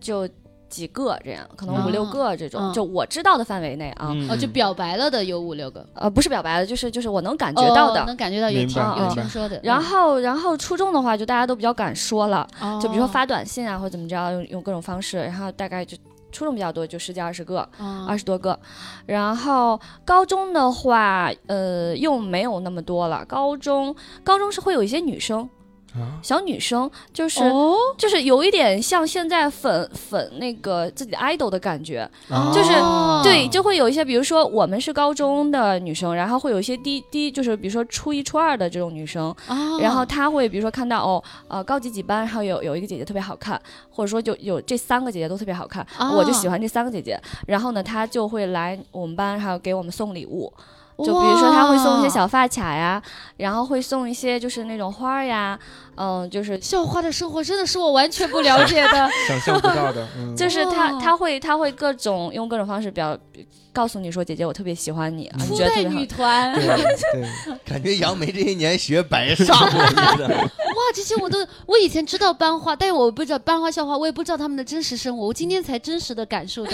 Speaker 5: 就几个这样，可能五六
Speaker 4: 嗯
Speaker 5: 个这种，
Speaker 4: 嗯
Speaker 5: 就我知道的范围内啊，
Speaker 2: 嗯
Speaker 4: 哦，就表白了的有五六个，
Speaker 5: 呃，不是表白的，就是就是我能感觉到的。
Speaker 4: 哦能感觉到有
Speaker 2: 明
Speaker 4: 听
Speaker 2: 白
Speaker 4: 有
Speaker 5: 明
Speaker 2: 白
Speaker 4: 听说的。
Speaker 5: 然后，然后初中的话，就大家都比较敢说了，
Speaker 4: 嗯
Speaker 5: 就比如说，发短信啊，或者怎么着，用用各种方式，然后大概就初中比较多，就十几二十个，
Speaker 4: 二
Speaker 5: 二十多个。然后高中的话，呃，又没有那么多了。高中高中是会有一些女生，
Speaker 2: 啊，
Speaker 5: 小女生，就是、
Speaker 4: 哦，
Speaker 5: 就是有一点像现在粉粉那个自己的 idol 的感觉，啊就是
Speaker 4: 哦
Speaker 5: 对，就会有一些，比如说我们是高中的女生，然后会有一些低低，就是比如说初一、初二的这种女生，
Speaker 4: 哦
Speaker 5: 然后她会比如说看到哦，呃，高级几班，然后有有一个姐姐特别好看，或者说就有这三个姐姐都特别好看，我就
Speaker 4: 哦
Speaker 5: 喜欢这三个姐姐，然后呢，她就会来我们班，还有给我们送礼物，就比如说他会送一些
Speaker 4: 哇
Speaker 5: 小发卡呀，然后会送一些就是那种花儿呀，嗯、就是
Speaker 4: 校花的生活，真的是我完全不了解
Speaker 5: 啊
Speaker 4: 的。
Speaker 2: 想象不到的，嗯，
Speaker 5: 就是他
Speaker 4: 哇
Speaker 5: 他会他会各种用各种方式表告诉你说姐姐我特别喜欢你啊，你
Speaker 4: 初
Speaker 5: 觉得特
Speaker 4: 代
Speaker 5: 别好
Speaker 4: 女。团，
Speaker 2: 对对，
Speaker 3: 感觉杨梅这一年学白上了，我觉得。
Speaker 4: 这些我都，我以前知道班花，但是我不知道班花校花，我也不知道他们的真实生活，我今天才真实的 感受到。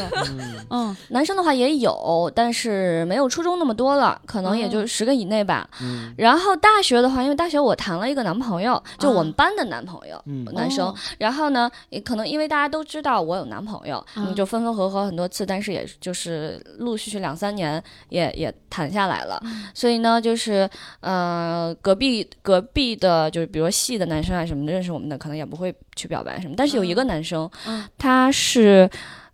Speaker 4: 嗯，
Speaker 5: 男生的话也有，但是没有初中那么多了，可能
Speaker 4: 嗯
Speaker 5: 也就十个以内吧。
Speaker 2: 嗯
Speaker 5: 然后大学的话，因为大学我谈了一个男朋友，就
Speaker 4: 啊
Speaker 5: 我们班的男朋友，
Speaker 2: 嗯
Speaker 5: 男生。
Speaker 4: 哦
Speaker 5: 然后呢，也可能因为大家都知道我有男朋友，
Speaker 4: 啊
Speaker 5: 就分分合合很多次，但是也就是陆陆续续两三年也也谈下来了。
Speaker 4: 嗯
Speaker 5: 所以呢，就是呃，隔壁隔壁的，就是比如系的男生啊什么的，认识我们的，可能也不会去表白什么。但是有一个男生，
Speaker 4: 嗯
Speaker 5: 他是。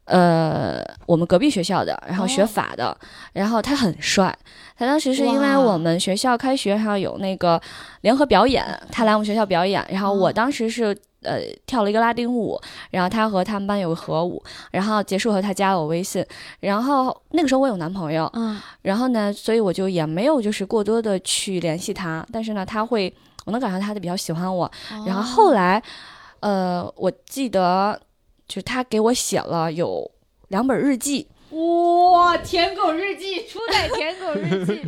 Speaker 5: 呃，我们隔壁学校的，然后学
Speaker 4: 哦
Speaker 5: 法的，然后他很帅。他当时是因为
Speaker 4: 哇
Speaker 5: 我们学校开学，然后有那个联合表演，他来我们学校表演，然后我
Speaker 4: 哦
Speaker 5: 当时是呃跳了一个拉丁舞，然后他和他们班有个合舞，然后结束后他加了我微信，然后那个时候我有男朋友，
Speaker 4: 嗯，
Speaker 5: 然后呢，所以我就也没有就是过多的去联系他，但是呢，他会我能感受到他比较喜欢我，
Speaker 4: 哦
Speaker 5: 然后后
Speaker 4: 来
Speaker 5: 来，呃，我记得就是他给我写了有两本日记，
Speaker 4: 哇，舔狗日记，初代舔狗日记，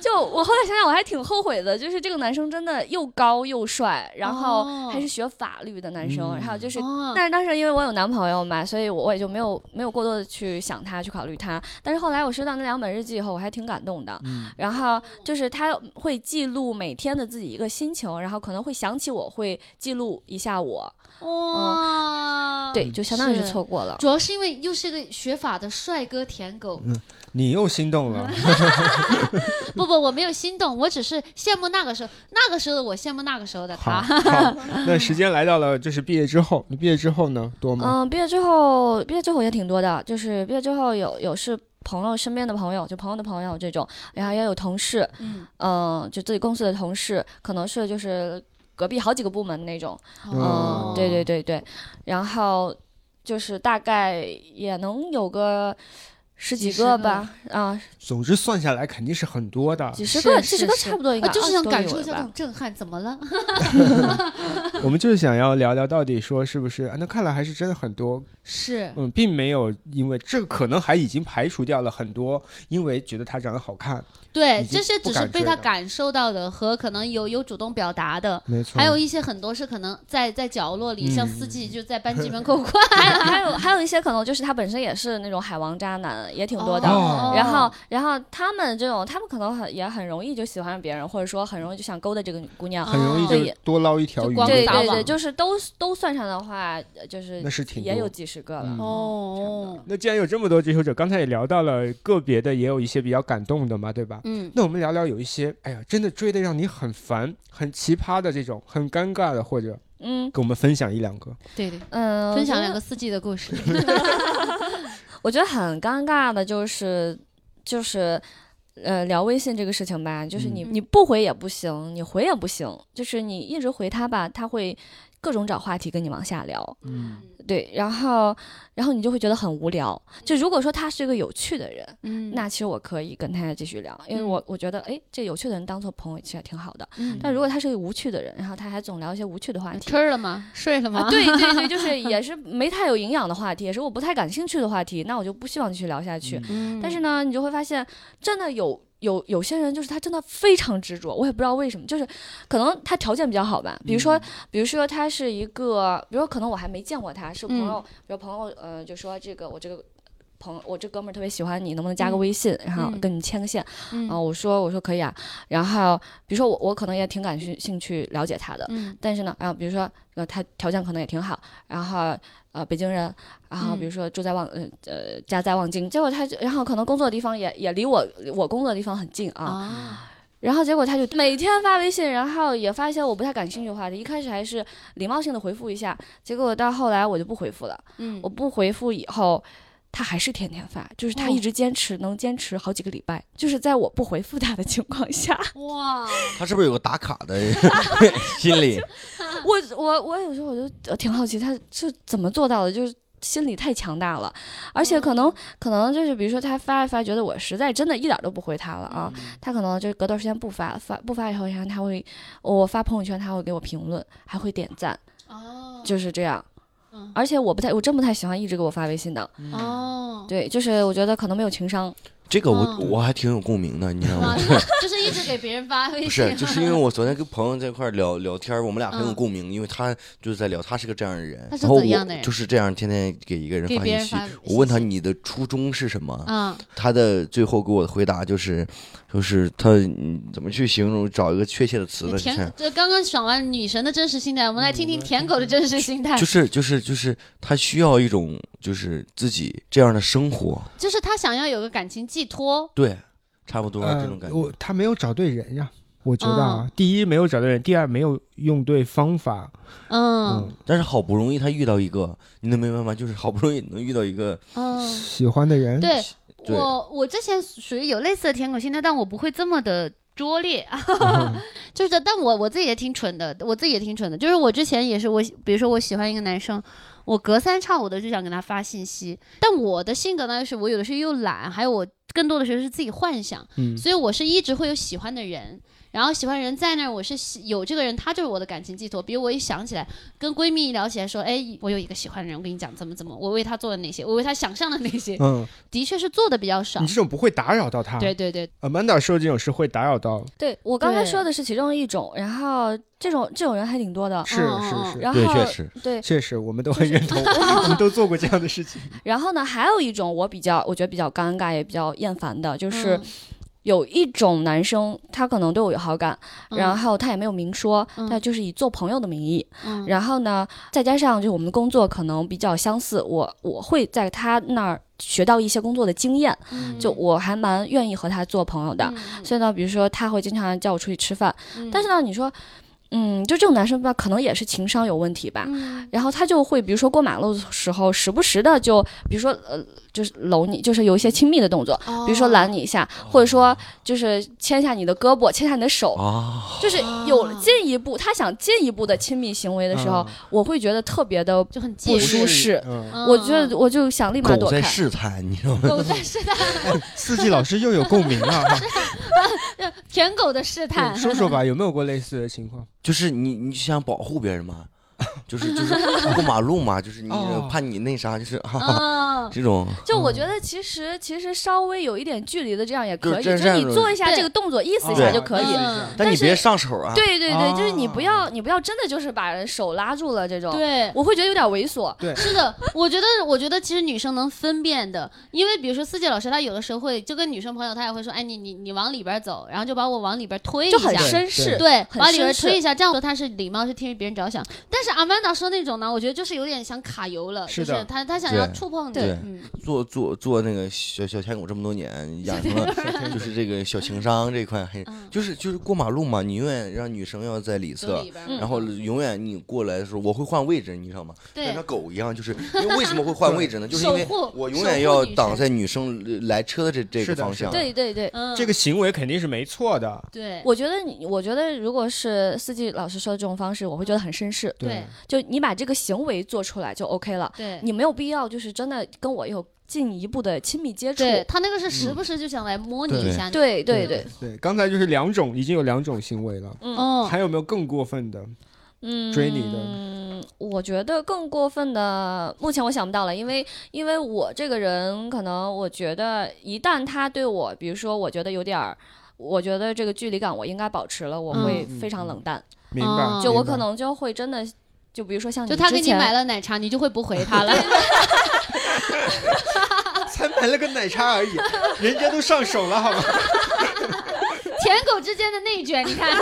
Speaker 5: 就我后来想想，我还挺后悔的，就是这个男生真的又高又帅，然后
Speaker 4: 哦
Speaker 5: 还是学法律的男生，
Speaker 2: 嗯
Speaker 5: 然后就是。
Speaker 4: 哦
Speaker 5: 但是当时因为我有男朋友嘛，所以我也就没有没有过多的去想他，去考虑他。但是后来我收到那两本日记以后，我还挺感动的。
Speaker 2: 嗯
Speaker 5: 然后就是他会记录每天的自己一个心情，然后可能会想起我，会记录一下我。
Speaker 4: 哇，
Speaker 5: 对，就相当于是
Speaker 4: 是
Speaker 5: 错过了。
Speaker 4: 主要是因为又是个学法的帅哥舔狗，
Speaker 2: 你又心动了，
Speaker 4: 不不，我没有心动，我只是羡慕那个时候，那个时候的我羡慕那个时候的
Speaker 2: 好，
Speaker 4: 他。
Speaker 2: 好， 那时间来到了，就是毕业之后，你毕业之后呢，多吗？
Speaker 5: 嗯，毕业之后，毕业之后也挺多的，就是毕业之后有有是朋友身边的朋友，就朋友的朋友这种，然后也有同事，
Speaker 4: 嗯，
Speaker 5: 嗯、就自己公司的同事，可能是就是隔壁好几个部门那种，嗯、
Speaker 2: 哦
Speaker 5: 对对对对，然后就是大概也能有个。十几
Speaker 4: 几十
Speaker 5: 个
Speaker 4: 个
Speaker 5: 吧，啊，
Speaker 2: 总之算下来肯定是很多的。
Speaker 5: 几十
Speaker 4: 是
Speaker 5: 个，几
Speaker 4: 是
Speaker 5: 十个
Speaker 4: 是
Speaker 5: 差不多应
Speaker 4: 我
Speaker 5: 该。
Speaker 4: 啊就是
Speaker 5: 20
Speaker 4: 想
Speaker 5: 多
Speaker 4: 感
Speaker 5: 有
Speaker 4: 受
Speaker 5: 了
Speaker 4: 一下
Speaker 5: 吧
Speaker 4: 这种 震撼，怎么了？
Speaker 2: 我们就是想要聊聊到底说是不是？啊那看来还是真的很多，
Speaker 4: 是，
Speaker 2: 嗯，并没有因为这可能还已经排除掉了很多，因为觉得他长得好看，已
Speaker 4: 对，
Speaker 2: 经
Speaker 4: 这些
Speaker 2: 不
Speaker 4: 只是
Speaker 2: 敢
Speaker 4: 被
Speaker 2: 追
Speaker 4: 他
Speaker 2: 的
Speaker 4: 感受到的和可能有有主动表达的，
Speaker 2: 没错
Speaker 4: 还有一些很多是可能在在角落里，像
Speaker 2: 嗯
Speaker 4: 四季就在班级门口逛，
Speaker 5: 还有还有还有一些可能就是他本身也是那种海王渣男，也挺多的。
Speaker 2: 哦
Speaker 5: 然后，然后他们这种，他们可能很也很容易就喜欢上别人，或者说很容易就想勾搭这个女姑娘。
Speaker 2: 很容易
Speaker 5: 对
Speaker 2: 就多捞一条
Speaker 4: 呃就
Speaker 2: 鱼。
Speaker 4: 光
Speaker 5: 对
Speaker 4: 撒
Speaker 5: 对
Speaker 4: 网
Speaker 5: 对，就是都都算上的话，呃就是
Speaker 2: 那是挺
Speaker 5: 也
Speaker 2: 多
Speaker 5: 有几十个了
Speaker 2: 嗯。
Speaker 4: 哦，
Speaker 2: 那既然有这么多追求者，刚才也聊到了个别的，也有一些比较感动的嘛，对吧？
Speaker 4: 嗯，
Speaker 2: 那我们聊聊有一些，哎呀，真的追的让你很烦、很奇葩的这种，很尴尬的，或者
Speaker 5: 嗯
Speaker 2: 给我们分享一两个。
Speaker 4: 对对，
Speaker 5: 嗯，
Speaker 4: 分享
Speaker 5: 我觉得
Speaker 4: 两个四季的 故事，
Speaker 5: 我觉得很尴尬的就是就是。呃，聊微信这个事情吧，就是你、
Speaker 4: 嗯
Speaker 5: 你不回也不行，你回也不行，就是你一直回他吧，他会各种找话题跟你往下聊。
Speaker 2: 嗯
Speaker 5: 对，然后，然后你就会觉得很无聊。就如果说他是一个有趣的人，
Speaker 4: 嗯，
Speaker 5: 那其实我可以跟他继续聊，因为我我觉得，哎，这有趣的人当做朋友其实也挺好的。
Speaker 4: 嗯
Speaker 5: 但如果他是个无趣的人，然后他还总聊一些无趣的话题，
Speaker 4: 吃了吗？睡了吗？
Speaker 5: 啊，对 对对， 就是也是没太有营养的话题，也是我不太感兴趣的话题，那我就不希望继续聊下去。
Speaker 4: 嗯，
Speaker 5: 但是呢，你就会发现，真的有有有些人，就是他真的非常执着，我也不知道为什么，就是可能他条件比较好吧，比如说，比如说他是一个，比如说可能我还没见过他，是
Speaker 4: 嗯
Speaker 5: 朋友，比如朋友，呃，就说这个我这个。朋友，我这哥们儿特别喜欢你，能不能加个
Speaker 4: 嗯
Speaker 5: 微信，然后
Speaker 4: 嗯
Speaker 5: 跟你牵个线？
Speaker 4: 嗯
Speaker 5: 然后我说我说可以啊。然后比如说我我可能也挺感兴兴趣了解他的，
Speaker 4: 嗯，
Speaker 5: 但是呢，啊，比如说，呃，他条件可能也挺好，然后呃，北京人，然后比
Speaker 4: 嗯
Speaker 5: 如说住在望，呃呃，家在望京，结果他就，然后可能工作的地方也也离我我工作的地方很近 啊，
Speaker 4: 啊，
Speaker 5: 然后结果他就每天发微信，然后也发一些我不太感兴趣的话题，一开始还是礼貌性的回复一下，结果到后来我就不回复了，
Speaker 4: 嗯
Speaker 5: 我不回复以后。他还是天天发，就是他
Speaker 4: 哦
Speaker 5: 一直坚持，能坚持好几个礼拜，就是在我不回复他的情况下，
Speaker 4: 哇，
Speaker 3: 他是不是有个打卡 的心理？
Speaker 5: 我我我有时候我就呃挺好奇，他是怎么做到的，就是。心理太强大了，而且可
Speaker 4: 哦
Speaker 5: 能可能就是，比如说他发一发，觉得我实在真的一点都不回他了啊，他可能就隔段时间不发了，发不发以后，然后他会我发朋友圈，他会给我评论，还会点赞，
Speaker 4: 哦，
Speaker 5: 就是这样
Speaker 4: 嗯。
Speaker 2: 嗯呃
Speaker 5: 而且我不太，我真不太喜欢一直给我发微信的，
Speaker 4: 哦，
Speaker 5: 对，就是我觉得可能没有情商，
Speaker 3: 这个我、
Speaker 4: 嗯
Speaker 3: 我还挺有共鸣的，你知道吗
Speaker 4: 啊，？就是就是一直给别人发微
Speaker 3: 不
Speaker 4: 信
Speaker 3: 是，，就是因为我昨天跟朋友在一块儿聊聊天儿，我们俩很有
Speaker 4: 嗯
Speaker 3: 共鸣，因为他就是在聊，他是个这样的人，
Speaker 4: 他是
Speaker 3: 然后
Speaker 4: 怎样的
Speaker 3: 我
Speaker 4: 人
Speaker 3: 就是这样，天天给一个人
Speaker 4: 给
Speaker 3: 发
Speaker 4: 别
Speaker 3: 信
Speaker 4: 人
Speaker 3: 息
Speaker 4: 发信。
Speaker 3: 我问他
Speaker 4: 息
Speaker 3: 你的初衷是什么，
Speaker 4: 嗯
Speaker 3: 他的最后给我的回答就是，就是他嗯怎么去形容，找一个确切的词呢？你
Speaker 4: 舔
Speaker 3: 看，
Speaker 4: 就刚刚爽完女神的真实心态，我们来听听舔狗的真实心态。
Speaker 3: 就是就是就是他需要一种就是自己这样的生活，
Speaker 4: 就是他想要有个感情寄托，
Speaker 3: 对，差不多
Speaker 5: 嗯
Speaker 3: 这种感
Speaker 2: 呃我
Speaker 3: 觉。
Speaker 2: 他没有找对人呀、我觉得啊，第一没有找对人，第二没有用对方法。
Speaker 4: 嗯
Speaker 2: 嗯，
Speaker 3: 但是好不容易他遇到一个，你能明白吗？就是好不容易能遇到一个，
Speaker 4: 嗯，
Speaker 2: 喜欢的人，
Speaker 4: 对
Speaker 3: 对
Speaker 4: 我我之前属于有类似的舔狗心态，但我不会这么的拙劣，啊
Speaker 2: 嗯
Speaker 4: 就是但我我自己也挺蠢的，我自己也挺蠢的，就是我之前也是我喜，比如说我喜欢一个男生。我隔三差五的就想给他发信息，但我的性格呢，是我有的时候又懒，还有我更多的时候是自己幻想，
Speaker 2: 嗯，
Speaker 4: 所以我是一直会有喜欢的人，然后喜欢的人在那儿，我是喜有这个人，他就是我的感情寄托。比如我一想起来，跟闺蜜一聊起来说，哎，我有一个喜欢的人，我跟你讲怎么怎么，我为他做的那些，我为他想象的那些，
Speaker 2: 嗯，
Speaker 4: 的确是做的比较少
Speaker 2: 你。这种不会打扰到他。
Speaker 4: 对对对，
Speaker 2: ，Amanda 说的这种是会打扰到，
Speaker 5: 对我刚才
Speaker 4: 对
Speaker 5: 说的是其中一种，然后这种这种人还挺多的。
Speaker 2: 是
Speaker 4: 嗯
Speaker 2: 是
Speaker 4: 嗯
Speaker 2: 是，
Speaker 5: 然后
Speaker 3: 对，确实，
Speaker 5: 对
Speaker 2: 确实我们都很认 同，我们都做过这样的事情。
Speaker 5: 然后呢，还有一种我比较我觉得比较尴尬也比较厌烦的，就是
Speaker 4: 嗯
Speaker 5: 有一种男生他可能对我有好感，然后他也没有明说，
Speaker 4: 嗯
Speaker 5: 他就是以做朋友的名义。
Speaker 4: 嗯
Speaker 5: 然后呢，再加上就我们的工作可能比较相似，我我会在他那儿学到一些工作的经验，
Speaker 4: 嗯
Speaker 5: 就我还蛮愿意和他做朋友的。
Speaker 4: 嗯
Speaker 5: 所以呢，比如说他会经常叫我出去吃饭，
Speaker 4: 嗯
Speaker 5: 但是呢，你说，嗯，就这种男生吧，可能也是情商有问题吧。
Speaker 4: 嗯
Speaker 5: 然后他就会，比如说过马路的时候，时不时的就，比如说呃，就是搂你，就是有一些亲密的动作，
Speaker 4: 哦
Speaker 5: 比如说揽你一下，或者说就是牵一下你的胳膊，牵一下你的手，
Speaker 3: 啊，
Speaker 5: 就是有了进一步，他想进一步的亲密行 为的时候，
Speaker 2: 嗯
Speaker 5: 我会觉得特别的，
Speaker 4: 就很
Speaker 5: 不
Speaker 4: 介
Speaker 5: 舒
Speaker 4: 意。
Speaker 5: 适
Speaker 2: 嗯，
Speaker 4: 嗯
Speaker 5: 我觉得我就想立马
Speaker 3: 狗
Speaker 5: 躲
Speaker 3: 在
Speaker 5: 开。
Speaker 3: 试探，你知道吗？
Speaker 4: 狗在试 探，
Speaker 2: 四季老师又有共鸣了哈。
Speaker 4: 舔狗的试 探嗯
Speaker 2: 对，说说吧，有没有过类似的情况？
Speaker 3: 就是你，你想保护别人 嘛，就是就是过马路嘛，就是你
Speaker 2: 哦
Speaker 3: 怕你那啥，就是
Speaker 5: 哦
Speaker 3: 哈哈
Speaker 4: 嗯，
Speaker 3: 这种
Speaker 5: 就我觉得其实其实稍微有一点距离的这样也可以，
Speaker 3: 就
Speaker 5: 就是
Speaker 3: 这
Speaker 5: 是
Speaker 3: 样哦
Speaker 5: 你做一下
Speaker 4: 对
Speaker 5: 这个动作，意思一
Speaker 3: 对
Speaker 5: 下就可以。
Speaker 4: 嗯
Speaker 3: 但你
Speaker 5: 但是
Speaker 3: 别上手啊。
Speaker 5: 对对对，就是你
Speaker 2: 啊
Speaker 5: 不要你不要真的就是把人手拉住了这种，
Speaker 4: 对，
Speaker 5: 我会觉得有点猥琐。
Speaker 4: 是的，我觉得，我觉得其实女生能分辨的，因为比如说四季老师，她有的时候会就跟女生朋友，她也会说，哎，你你你往里边走，然后就把我往里边推一
Speaker 5: 就很
Speaker 4: 下，
Speaker 5: 绅士，
Speaker 4: 对，
Speaker 5: 很
Speaker 4: 往里边
Speaker 5: 绅士
Speaker 4: 推一下，这样说她是礼貌，是替别人着想。但是阿曼达说那种呢，我觉得就是有点想卡油了，
Speaker 2: 是
Speaker 4: 就
Speaker 2: 的
Speaker 4: 是她她想要
Speaker 3: 对
Speaker 4: 触碰你，
Speaker 3: 对
Speaker 4: 嗯，
Speaker 3: 做做做那个小小舔狗这么多年，养成 了就是这个小情商这一块，还
Speaker 4: 嗯
Speaker 3: 就是就是过马路嘛，你永远让女生要在里
Speaker 4: 走
Speaker 3: 侧
Speaker 4: 里。边
Speaker 5: 嗯
Speaker 4: 儿，
Speaker 3: 然后永远你过来的时候，我会换位置，你知道吗？
Speaker 4: 对
Speaker 3: 像条狗一样，就是因为为什么会换位置呢？就是因为
Speaker 4: 守护
Speaker 3: 我永
Speaker 4: 守
Speaker 3: 远
Speaker 4: 护
Speaker 3: 要
Speaker 4: 女
Speaker 3: 挡
Speaker 4: 生
Speaker 3: 在女生来车的这这
Speaker 2: 是
Speaker 3: 个
Speaker 2: 的
Speaker 3: 方
Speaker 2: 是
Speaker 3: 向。
Speaker 2: 的
Speaker 5: 对对对。
Speaker 4: 嗯，
Speaker 2: 这个行为肯定是没错的。
Speaker 4: 对，
Speaker 5: 我觉得你，我觉得如果是四季老师说的这种方式，我会觉得很绅士。
Speaker 4: 对
Speaker 5: 就你把这个行为做出来就 OK 了，
Speaker 4: 对。
Speaker 5: 你没有必要就是真的跟我有进一步的亲密接触。
Speaker 4: 对他那个是
Speaker 2: 嗯
Speaker 4: 时不时就想来摸你一
Speaker 3: 对
Speaker 4: 下你，
Speaker 5: 对对对
Speaker 2: 对，对，刚才就是两种，已经有两种行为了。
Speaker 5: 嗯
Speaker 4: 哦，
Speaker 2: 还有没有更过分的？
Speaker 5: 嗯，
Speaker 2: 追你的
Speaker 5: 嗯，我觉得更过分的，目前我想不到了，因为因为我这个人可能我觉得一旦他对我，比如说我觉得有点儿。我觉得这个距离感我应该保持了，我会
Speaker 2: 嗯
Speaker 5: 非常冷淡。
Speaker 2: 明白
Speaker 4: 嗯，
Speaker 5: 就我
Speaker 2: 明白
Speaker 5: 可能就会真的，就比如说像
Speaker 4: 就
Speaker 5: 之
Speaker 4: 他给你
Speaker 5: 前
Speaker 4: 买了奶茶，你就会不回 他了。
Speaker 2: 才买了个奶茶而已，人家都上手了，好吗？
Speaker 4: 舔狗之间的内卷，你看，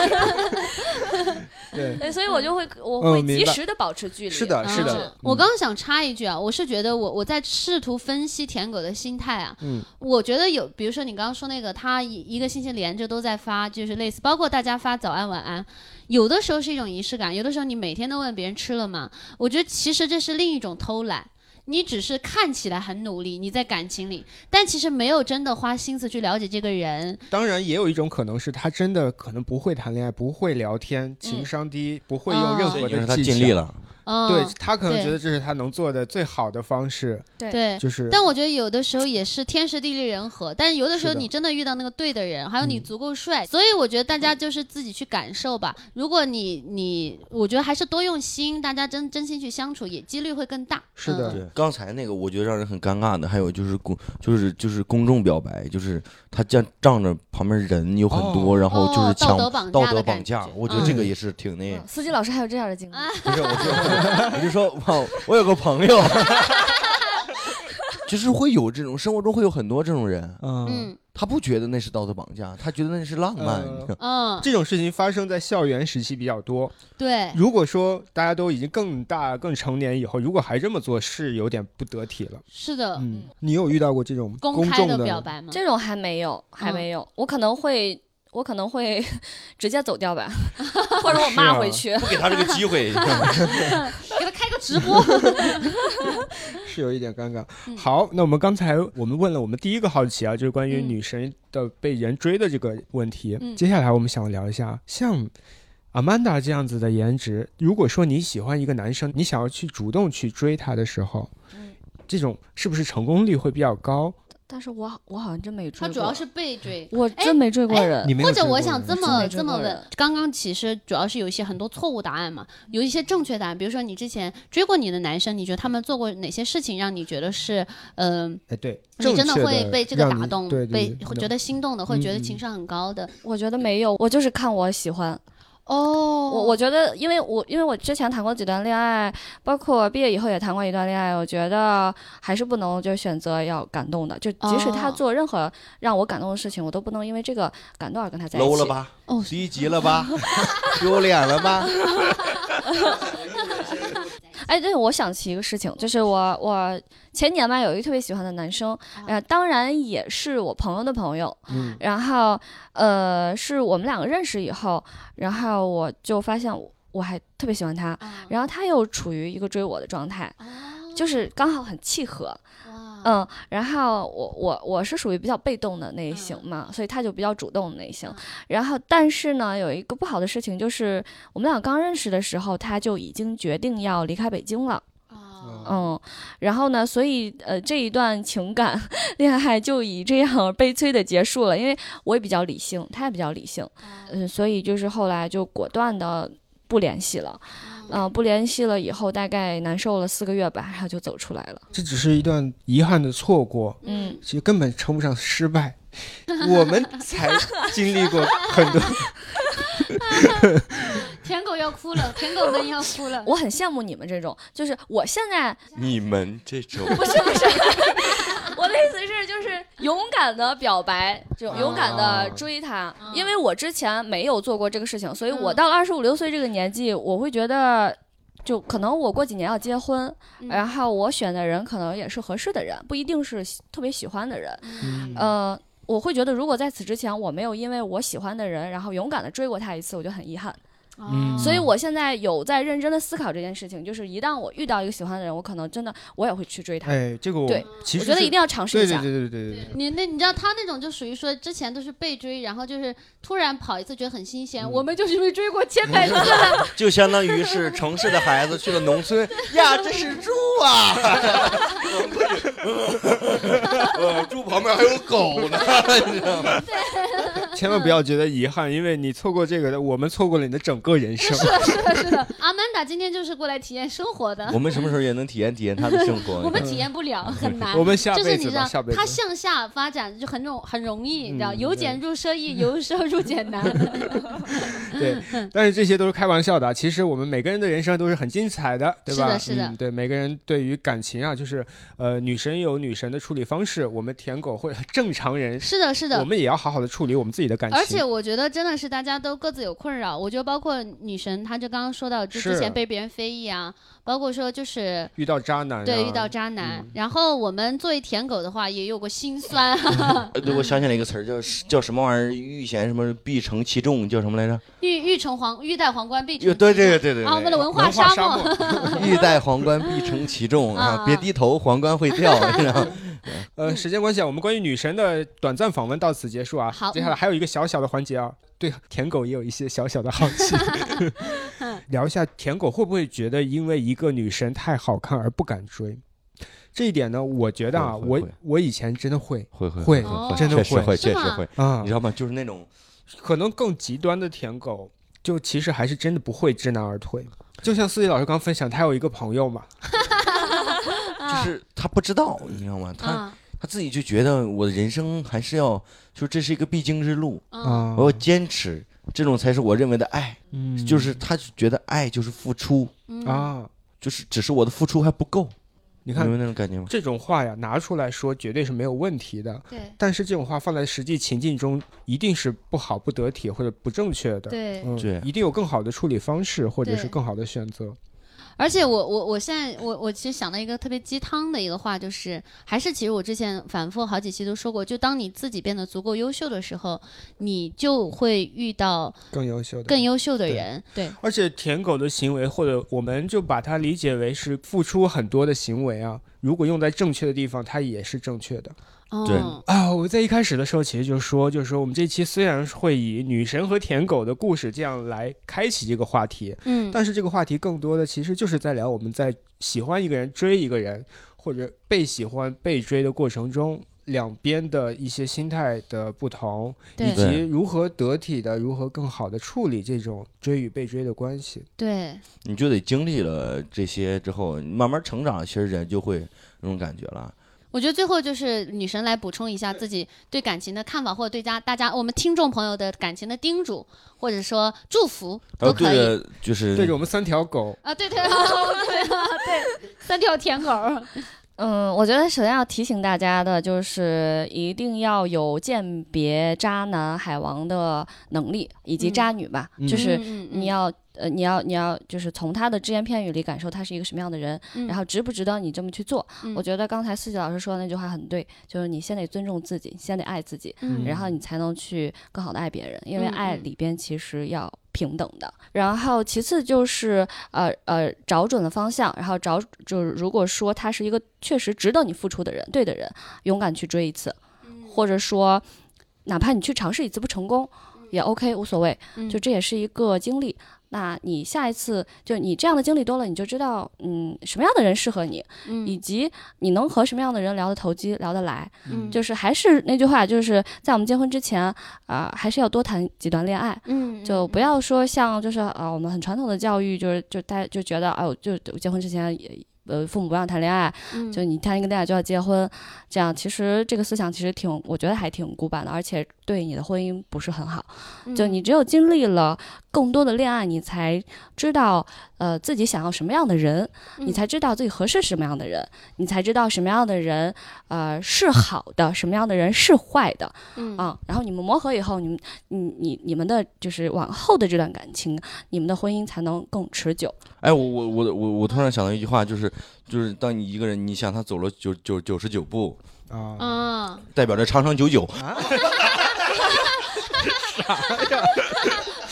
Speaker 2: 对，
Speaker 5: 对，所以我就会我
Speaker 2: 嗯
Speaker 5: 会
Speaker 2: 明
Speaker 5: 及
Speaker 2: 白
Speaker 5: 时的保持距 离。
Speaker 2: 是的，啊是的
Speaker 4: 嗯，我刚刚想插一句啊，我是觉得我我在试图分析舔狗的心态啊，
Speaker 2: 嗯，
Speaker 4: 我觉得有，比如说你刚刚说那个，他一一个星期连着都在发，就是类似，包括大家发早安晚安，有的时候是一种仪式感，有的时候你每天都问别人吃了吗？我觉得其实这是另一种偷懒。你只是看起来很努力，你在感情里，但其实没有真的花心思去了解这个人。
Speaker 2: 当然也有一种可能是他真的可能不会谈恋爱，不会聊天，情商低，不会用任
Speaker 3: 所以
Speaker 2: 何
Speaker 3: 就是
Speaker 2: 的
Speaker 3: 他
Speaker 2: 技巧。
Speaker 3: 尽力了，
Speaker 4: 嗯，
Speaker 2: 对他可能
Speaker 4: 对
Speaker 2: 觉得这是他能做的最好的方式，
Speaker 4: 对
Speaker 2: 就是
Speaker 4: 但我觉得有的时候也是天时地利人和，但有的时候
Speaker 2: 是的
Speaker 4: 你真的遇到那个对的人，还有你
Speaker 2: 嗯
Speaker 4: 足够帅，所以我觉得大家就是自己去感受吧。如果你你，我觉得还是多用心，大家真真心去相处，也几率会更大。
Speaker 2: 是的
Speaker 4: 嗯
Speaker 3: 对，刚才那个我觉得让人很尴尬的，还有就是公就是就是公众表白，就是他仗仗着旁边人有很多，然后就
Speaker 4: 哦
Speaker 3: 是
Speaker 4: 道
Speaker 3: 抢
Speaker 4: 德绑
Speaker 3: 道
Speaker 4: 架
Speaker 3: 德
Speaker 4: 的
Speaker 3: 绑
Speaker 4: 感
Speaker 3: 架
Speaker 4: 觉，
Speaker 3: 我觉得这个
Speaker 2: 嗯
Speaker 3: 也是挺那，
Speaker 5: 司机老师还有这样的经历，
Speaker 3: 不是我就我就说，我我有个朋友， 就是会有这种生活中会有很多这种人，
Speaker 2: 嗯，
Speaker 4: 嗯
Speaker 3: 他不觉得那是道德绑架，他觉得那是浪漫，
Speaker 2: 嗯
Speaker 3: 你知道
Speaker 4: 嗯，
Speaker 2: 这种事情发生在校园时期比较多。
Speaker 4: 对，
Speaker 2: 如果说大家都已经更大、更成年以后，如果还这么做，是有点不得体了。
Speaker 4: 是的，
Speaker 2: 嗯，你有遇到过这种
Speaker 4: 公开
Speaker 2: 众
Speaker 4: 的
Speaker 2: 的
Speaker 4: 表白吗？
Speaker 5: 这种还没有，还
Speaker 4: 嗯
Speaker 5: 没有，我可能会。我可能会 直接走掉 吧，或者我
Speaker 2: 是啊
Speaker 5: 骂回去。
Speaker 3: 不给他这个机会，
Speaker 4: 给他开个直 播，
Speaker 2: 是有一点尴尬。
Speaker 4: 嗯
Speaker 2: 好，那我们刚才我们问了我们第一个好奇啊，就是关于
Speaker 4: 嗯
Speaker 2: 女神的被人追的这个问题。
Speaker 4: 嗯
Speaker 2: 接下来我们想聊一下，像 Amanda 这样子的颜值，如果说你喜欢一个男生，你想要去主动去追他的时候，
Speaker 5: 嗯
Speaker 2: 这种是不是成功率会比较高？
Speaker 5: 但是我好我好像真没追过，
Speaker 4: 他主要是哎被追。
Speaker 5: 我真没追过人
Speaker 2: 你。没有
Speaker 4: 呃或者
Speaker 2: 追
Speaker 4: 我
Speaker 2: 过
Speaker 4: 想
Speaker 2: 人
Speaker 4: 这
Speaker 5: 真
Speaker 4: 么
Speaker 5: 没追
Speaker 4: 这么
Speaker 5: 过
Speaker 4: 问
Speaker 5: 人，
Speaker 4: 刚刚其实主要是有一些很多错误答案嘛，有一些正确答案，比如说你之前追过你的男生，你觉得他们做过哪些事情让你觉得是，嗯、
Speaker 2: 哎，对，
Speaker 4: 你真
Speaker 2: 正
Speaker 4: 的
Speaker 2: 确
Speaker 4: 会被这个
Speaker 2: 让
Speaker 4: 打
Speaker 2: 你
Speaker 4: 动，
Speaker 2: 对对
Speaker 4: 被
Speaker 2: 对
Speaker 4: 会觉
Speaker 2: 得
Speaker 4: 得心动的，会觉得
Speaker 2: 嗯
Speaker 4: 情
Speaker 2: 嗯
Speaker 4: 商很高的。
Speaker 5: 我觉得没有，我就是看我喜欢。
Speaker 4: 哦
Speaker 5: 我我觉得，因为我因为我之前谈过几段恋爱，包括毕业以后也谈过一段恋爱，我觉得还是不能就是选择要感动的，就即使他
Speaker 4: 哦
Speaker 5: 做任何让我感动的事情，我都不能因为这个感动而跟他在一起。
Speaker 3: low 了？吧
Speaker 4: 哦，
Speaker 3: 低级了吧，丢脸了吧，
Speaker 5: 哎，对，我想起一个事情，就是我我前年吧，有一个特别喜欢的男生，
Speaker 4: 啊
Speaker 5: 呃，当然也是我朋友的朋友，
Speaker 2: 嗯
Speaker 5: 然后呃，是我们两个认识以后，然后我就发现我我还特别喜欢他，
Speaker 4: 啊
Speaker 5: 然后他又处于一个追我的状态，
Speaker 4: 啊
Speaker 5: 就是刚好很契合，
Speaker 4: 哇
Speaker 5: 嗯，然后我我我是属于比较被动的类型嘛，所以他就比较主动的类型
Speaker 4: 嗯。
Speaker 5: 然后但是呢，有一个不好的事情就是，我们俩刚认识的时候，他就已经决定要离开北京了，
Speaker 4: 啊
Speaker 5: 嗯，然后呢，所以呃这一段情感 恋爱就以这样悲催的结束了，因为我也比较理性，他也比较理性，嗯、所以就是后来就果断的。不联系了，嗯、不联系了以后，大概难受了四个月吧，然后就走出来了。
Speaker 2: 这只是一段遗憾的错过，
Speaker 5: 嗯，
Speaker 2: 其实根本称不上失败。 我们才经历 过很多，
Speaker 4: 舔狗要哭了，舔狗们要哭 了。
Speaker 5: 嗯我很羡慕你们这种，就是我现在
Speaker 3: 你们这种。
Speaker 5: 不是不是，我的意思是就是勇敢的表白，就
Speaker 2: 哦
Speaker 5: 勇敢的追他，因为我之前没有做过这个事情，所以我
Speaker 4: 哦嗯
Speaker 5: 到了二十五六岁这个年纪，我会觉得。就可能我过几年要结婚，
Speaker 4: 嗯
Speaker 5: 然后我选的人可能也是合适的人，不一定是喜特别喜欢的人。
Speaker 2: 嗯
Speaker 5: 呃，我会觉得如果在此之前我没有因为我喜欢的人，然后勇敢的追过他一次，我就很遗憾。
Speaker 4: 哦
Speaker 2: 嗯
Speaker 5: 所以我现在有在认真的思考这件事情，就是一旦我遇到一个喜欢的人，我可能真的我也会去追他。
Speaker 2: 哎，这个我
Speaker 5: 对
Speaker 2: 其
Speaker 5: 我
Speaker 2: 实
Speaker 5: 觉得
Speaker 2: 是
Speaker 5: 一定要尝试
Speaker 2: 对
Speaker 5: 一
Speaker 2: 对
Speaker 5: 下。
Speaker 2: 对对对对对，
Speaker 4: 你那你知道他那种就属于说之前都是被追，然后就是突然跑一次觉得很新
Speaker 2: 嗯
Speaker 4: 鲜，我们就是因为追过千百次了，
Speaker 3: 就相当于是城市的孩子去了农村呀，这是猪啊！呃，猪旁边还有狗呢，你知道吗？
Speaker 2: 千万不要觉得遗憾，因为你错过这个的，我们错过了你的整个人生。
Speaker 4: 是的，是的。阿曼达今天就是过来体验生活的，
Speaker 3: 我们什么时候也能体验体验他的生
Speaker 4: 我
Speaker 3: 活？
Speaker 4: 们体验不了，很难。
Speaker 2: 嗯 我们下
Speaker 4: 啊就是
Speaker 2: 辈
Speaker 4: 你
Speaker 2: 子
Speaker 4: 知
Speaker 2: 吧，
Speaker 4: 道
Speaker 2: 下辈，子
Speaker 4: 它。向下发展就很容很容易，你知道，
Speaker 2: 嗯
Speaker 4: 由俭入奢易，由奢入俭 难。
Speaker 2: 对，但是这些都是开玩笑的啊。其实我们每个人的人生都是很精彩的，对吧？
Speaker 4: 是的是的
Speaker 2: 嗯对，每个人对于感情啊，就是呃，女神有女神的处理方式，我们舔狗或者正常人，
Speaker 4: 是的，是的
Speaker 2: 我。们也要好好的处理我们自己的感情。
Speaker 4: 而且我觉得真的是大家都各自有困扰，我觉得包括女神，她就刚刚说到，就是之前被别人非议啊，包括说就是
Speaker 2: 遇到渣男、啊，
Speaker 4: 对遇到渣男，
Speaker 2: 嗯
Speaker 4: 然后我们作为舔狗的话，也有过心酸、啊，
Speaker 3: 对，我想起来一个词儿，叫叫什么玩意儿？欲贤什么必承其重，叫什么来着？
Speaker 4: 欲欲成皇欲戴皇冠必承
Speaker 3: 对对对对对。
Speaker 4: 啊，我们的文化
Speaker 2: 文化
Speaker 4: 沙
Speaker 2: 沙
Speaker 4: 漠。
Speaker 2: 漠。
Speaker 3: 欲戴皇冠必承其重
Speaker 4: 啊
Speaker 3: 啊！别低头，皇冠会掉，你知道吗？
Speaker 2: 呃，时间关系啊，我们关于女神的短暂访问到此结束啊。
Speaker 4: 好
Speaker 2: 接下来还有一个小小的环节啊，对舔狗也有一些小小的好奇。聊一下舔狗会不会觉得因为一个女神太好看而不敢追？这一点呢，我觉得啊，
Speaker 3: 会会
Speaker 2: 我
Speaker 3: 会
Speaker 2: 我以前真的会
Speaker 3: 会会
Speaker 2: 会
Speaker 4: 哦
Speaker 2: 真的
Speaker 3: 确实
Speaker 2: 会
Speaker 3: 会，
Speaker 4: 是
Speaker 3: 确实
Speaker 4: 吗
Speaker 3: 会，
Speaker 2: 啊
Speaker 3: 你知，道吗？就是那种
Speaker 2: 可能更极端的舔狗，就其实还是真的不会知难而退。就像思怡老师刚分享，他有一个朋友嘛，
Speaker 4: 嗯
Speaker 3: 就是他不知道，你知道吗？他
Speaker 4: 啊
Speaker 3: 他自己就觉得我的人生还是要，就是这是一个必经之路，
Speaker 4: 啊
Speaker 2: 啊
Speaker 3: 我要，坚持，这种才是我认为的爱。
Speaker 2: 嗯
Speaker 3: 就是他觉得爱就是付出，
Speaker 4: 嗯
Speaker 2: 啊，
Speaker 3: 就是只是我的付出还不够，
Speaker 2: 你
Speaker 3: 你
Speaker 2: 看
Speaker 3: 明白那种感觉吗？
Speaker 2: 这种话呀，拿出来说绝对是没有问题的，
Speaker 4: 对
Speaker 2: 但是这种话放在实际情境中，一定是不好、不得体或者不正确的。
Speaker 4: 对，
Speaker 2: 嗯，
Speaker 3: 对
Speaker 2: 一定有更好的处理方式，或者
Speaker 4: 对
Speaker 2: 是更好的选择。
Speaker 4: 而且我我我现在呃我我其实想到一个特别鸡汤的一个话，就是还是其实我之前反复好几期都说过，就当你自己变得足够优秀的时候，你就会遇到
Speaker 2: 更优秀的，
Speaker 4: 更优秀的人。对，
Speaker 2: 嗯而且舔狗的行为，或者我们就把它理解为是付出很多的行为啊。如果用在正确的地方，它也是正确的
Speaker 3: 对
Speaker 4: 嗯，
Speaker 2: 啊。我在一开始的时候其实就说，就是说我们这期虽然会以女神和舔狗的故事这样来开启这个话题，
Speaker 4: 嗯，
Speaker 2: 但是这个话题更多的其实就是在聊我们在喜欢一个人、追一个人，或者被喜欢、被追的过程中，两边的一些心态的不同，以
Speaker 4: 对
Speaker 2: 及如何得体的、如何更好的处理这种追与被追的关系。
Speaker 4: 对，
Speaker 3: 你就得经历了这些之后，你慢慢成长，其实人就会那种感觉了。
Speaker 4: 我觉得最后就是女神来补充一下自己对感情的看法，或者对家大家我们听众朋友的感情的叮嘱，或者说祝福
Speaker 3: 然
Speaker 4: 都
Speaker 3: 哦后对
Speaker 4: 可以。
Speaker 3: 着就是
Speaker 2: 对着我们三条狗，
Speaker 4: 啊，对对啊，对啊，对，三条舔狗，
Speaker 5: 嗯，我觉得首先要提醒大家的就是，一定要有鉴别渣男、海王的能力，以及
Speaker 4: 嗯
Speaker 5: 渣女吧，
Speaker 2: 嗯
Speaker 5: 就是
Speaker 4: 嗯
Speaker 5: 你，要呃，你要你要就是从他的只言片语里感受他是一个什么样的人，
Speaker 4: 嗯
Speaker 5: 然后值不值得你这么去做。
Speaker 4: 嗯
Speaker 5: 我觉得刚才四季老师说的那句话很对，就是你先得尊重自己，你先得爱自己，
Speaker 4: 嗯
Speaker 5: 然后你才能去更好的爱别人，因为
Speaker 4: 嗯
Speaker 5: 爱
Speaker 4: 嗯
Speaker 5: 里边其实要平等的。然后其次就是呃呃找准了方向，然后找就是如果说他是一个确实值得你付出的人，对的人，勇敢去追一次，
Speaker 4: 嗯
Speaker 5: 或者说哪怕你去尝试一次不成功也 OK 无所谓，
Speaker 4: 嗯
Speaker 5: 就这也是一个经历。那你下一次就你这样的经历多了，你就知道，嗯，什么样的人适合你，以
Speaker 4: 嗯
Speaker 5: 及你能和什么样的人聊得投机、聊得来。
Speaker 4: 嗯
Speaker 5: 就是还是那句话，就是在我们结婚之前，啊、还是要多谈几段恋爱。
Speaker 4: 嗯
Speaker 5: 就不要说像就是啊、我们很传统的教育，就是就大家就觉得，哎、呦，就就结婚之前也呃，父母不让谈恋爱，
Speaker 4: 嗯
Speaker 5: 就你谈一个恋爱就要结婚，这样其实这个思想其实挺，我觉得还挺古板的，而且对你的婚姻不是很好。
Speaker 4: 嗯
Speaker 5: 就你只有经历了更多的恋爱，你才知道呃自己想要什么样的人，你
Speaker 4: 嗯
Speaker 5: 才知道自己合适什么样的人，你才知道什么样的人呃是好的，什么样的人是坏的
Speaker 4: 嗯
Speaker 5: 啊。然后你们磨合以后，你们你你你们的就是往后的这段感情，你们的婚姻才能更持久。
Speaker 3: 哎，我我我我我突然想到一句话，就是就是当你一个人，你想他走了九九九十九步，
Speaker 2: 啊，
Speaker 4: 嗯，
Speaker 3: 代表着长长久久。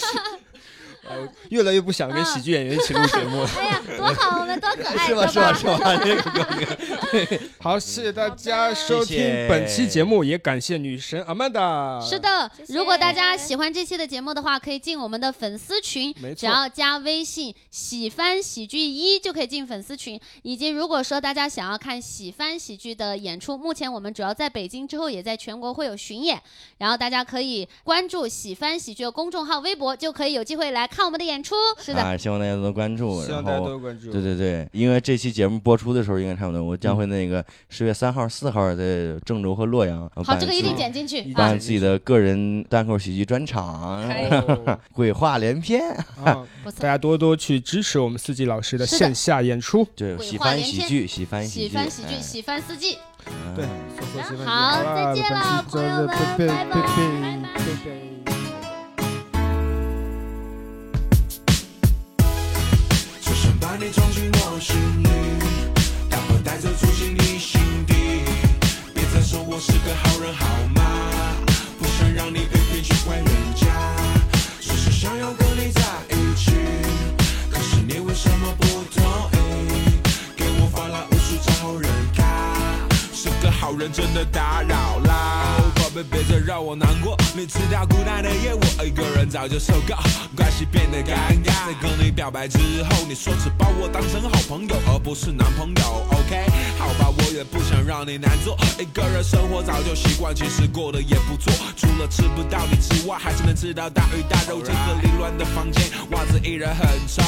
Speaker 2: 越来越不想跟喜剧演员一起录节目了。
Speaker 4: 哎呀，多好，我们多可爱，
Speaker 3: 是吧
Speaker 4: 多
Speaker 3: 是吧
Speaker 4: 棒
Speaker 3: 是吧？这个哥哥，
Speaker 2: 好，谢谢大家收听
Speaker 3: 谢谢
Speaker 2: 本期节目，也感谢女神阿曼达。
Speaker 4: 是，的，
Speaker 5: 谢
Speaker 4: 如果大家喜欢这期的节目的话，可以进我们的粉丝群
Speaker 2: 没，
Speaker 4: 只
Speaker 2: 错
Speaker 4: 要加微信“喜翻喜剧一”就可以进粉丝群。以及如果说大家想要看喜翻喜剧的演出，目前我们主要在北京，之后也在全国会有巡演，然后大家可以关注喜翻喜剧的公众号、微博，就可以有机会来看我们的演出。是的，
Speaker 3: 啊，希望大家都能关注，
Speaker 2: 希
Speaker 3: 然
Speaker 2: 望大家
Speaker 3: 后
Speaker 2: 多关注。
Speaker 3: 对对对，因为这期节目播出的时候应该差不多，我
Speaker 4: 嗯
Speaker 3: 将会那个十月三号、四号在郑州和洛阳
Speaker 4: 好，
Speaker 3: 办
Speaker 4: 这个
Speaker 3: 自
Speaker 4: 一定
Speaker 3: 己
Speaker 4: 剪进去
Speaker 2: 一
Speaker 4: 啊
Speaker 2: 定！
Speaker 3: 办自己的个人单口喜剧专场，
Speaker 5: 可以
Speaker 2: 哦
Speaker 3: 鬼话连篇，
Speaker 2: 啊
Speaker 4: 不错
Speaker 2: 大家多多去支持我们四季老师的
Speaker 4: 是的
Speaker 2: 线下演出。
Speaker 3: 对，
Speaker 4: 鬼
Speaker 3: 喜
Speaker 4: 话
Speaker 3: 欢
Speaker 4: 连
Speaker 3: 喜
Speaker 4: 篇
Speaker 3: 剧，喜欢
Speaker 4: 喜
Speaker 3: 喜
Speaker 4: 啊翻喜剧，
Speaker 3: 哎
Speaker 4: 喜翻四季。
Speaker 2: 对
Speaker 3: 嗯，
Speaker 4: 好再见啦朋友们
Speaker 2: 拜
Speaker 4: 拜拜拜
Speaker 2: 拜。
Speaker 4: 拜
Speaker 6: 车声把你装进我心里，然后带着住进你心底。别再说我是个好人好吗？不想让你被骗去怪人家，只是想要跟你在一起。可是你为什么不同意？给我发了无数张好人卡，是个好人真的打扰啦。我别憋着让我难过。你知道孤单的夜，我一个人早就受够，关系变得尴尬。在跟你表白之后，你说只把我当成好朋友，而不是男朋友。OK，好吧，我也不想让你难做。一个人生活早就习惯，其实过得也不错。除了吃不到你之外，还是能吃到大鱼大肉。这个凌乱的房间，袜子依然很臭。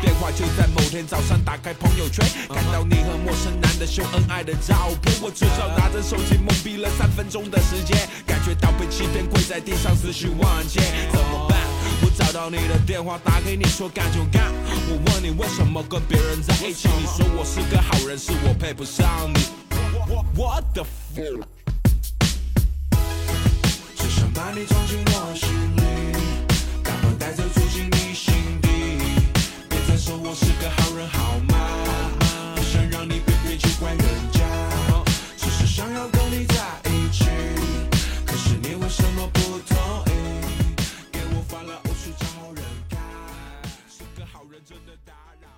Speaker 6: 电话就在某天早上打开朋友圈，看到你和陌生男的秀恩爱的照片，我嘴角拿着手机懵逼了三分钟的时间，感觉到被欺骗，跪在地上思绪万千，怎么办？我找到你的电话，打给你说干就干。我问你为什么跟别人在一起，你说我是个好人，是我配不上你。我我的。
Speaker 7: 只想把你装进我心里，赶快带着住进你心底。别再说我是个好人好吗？不想让你偏偏去怪人家，只是想要跟你在一起，可是你为什么不同意？给我发了无数张好人卡，是个好人真的打扰。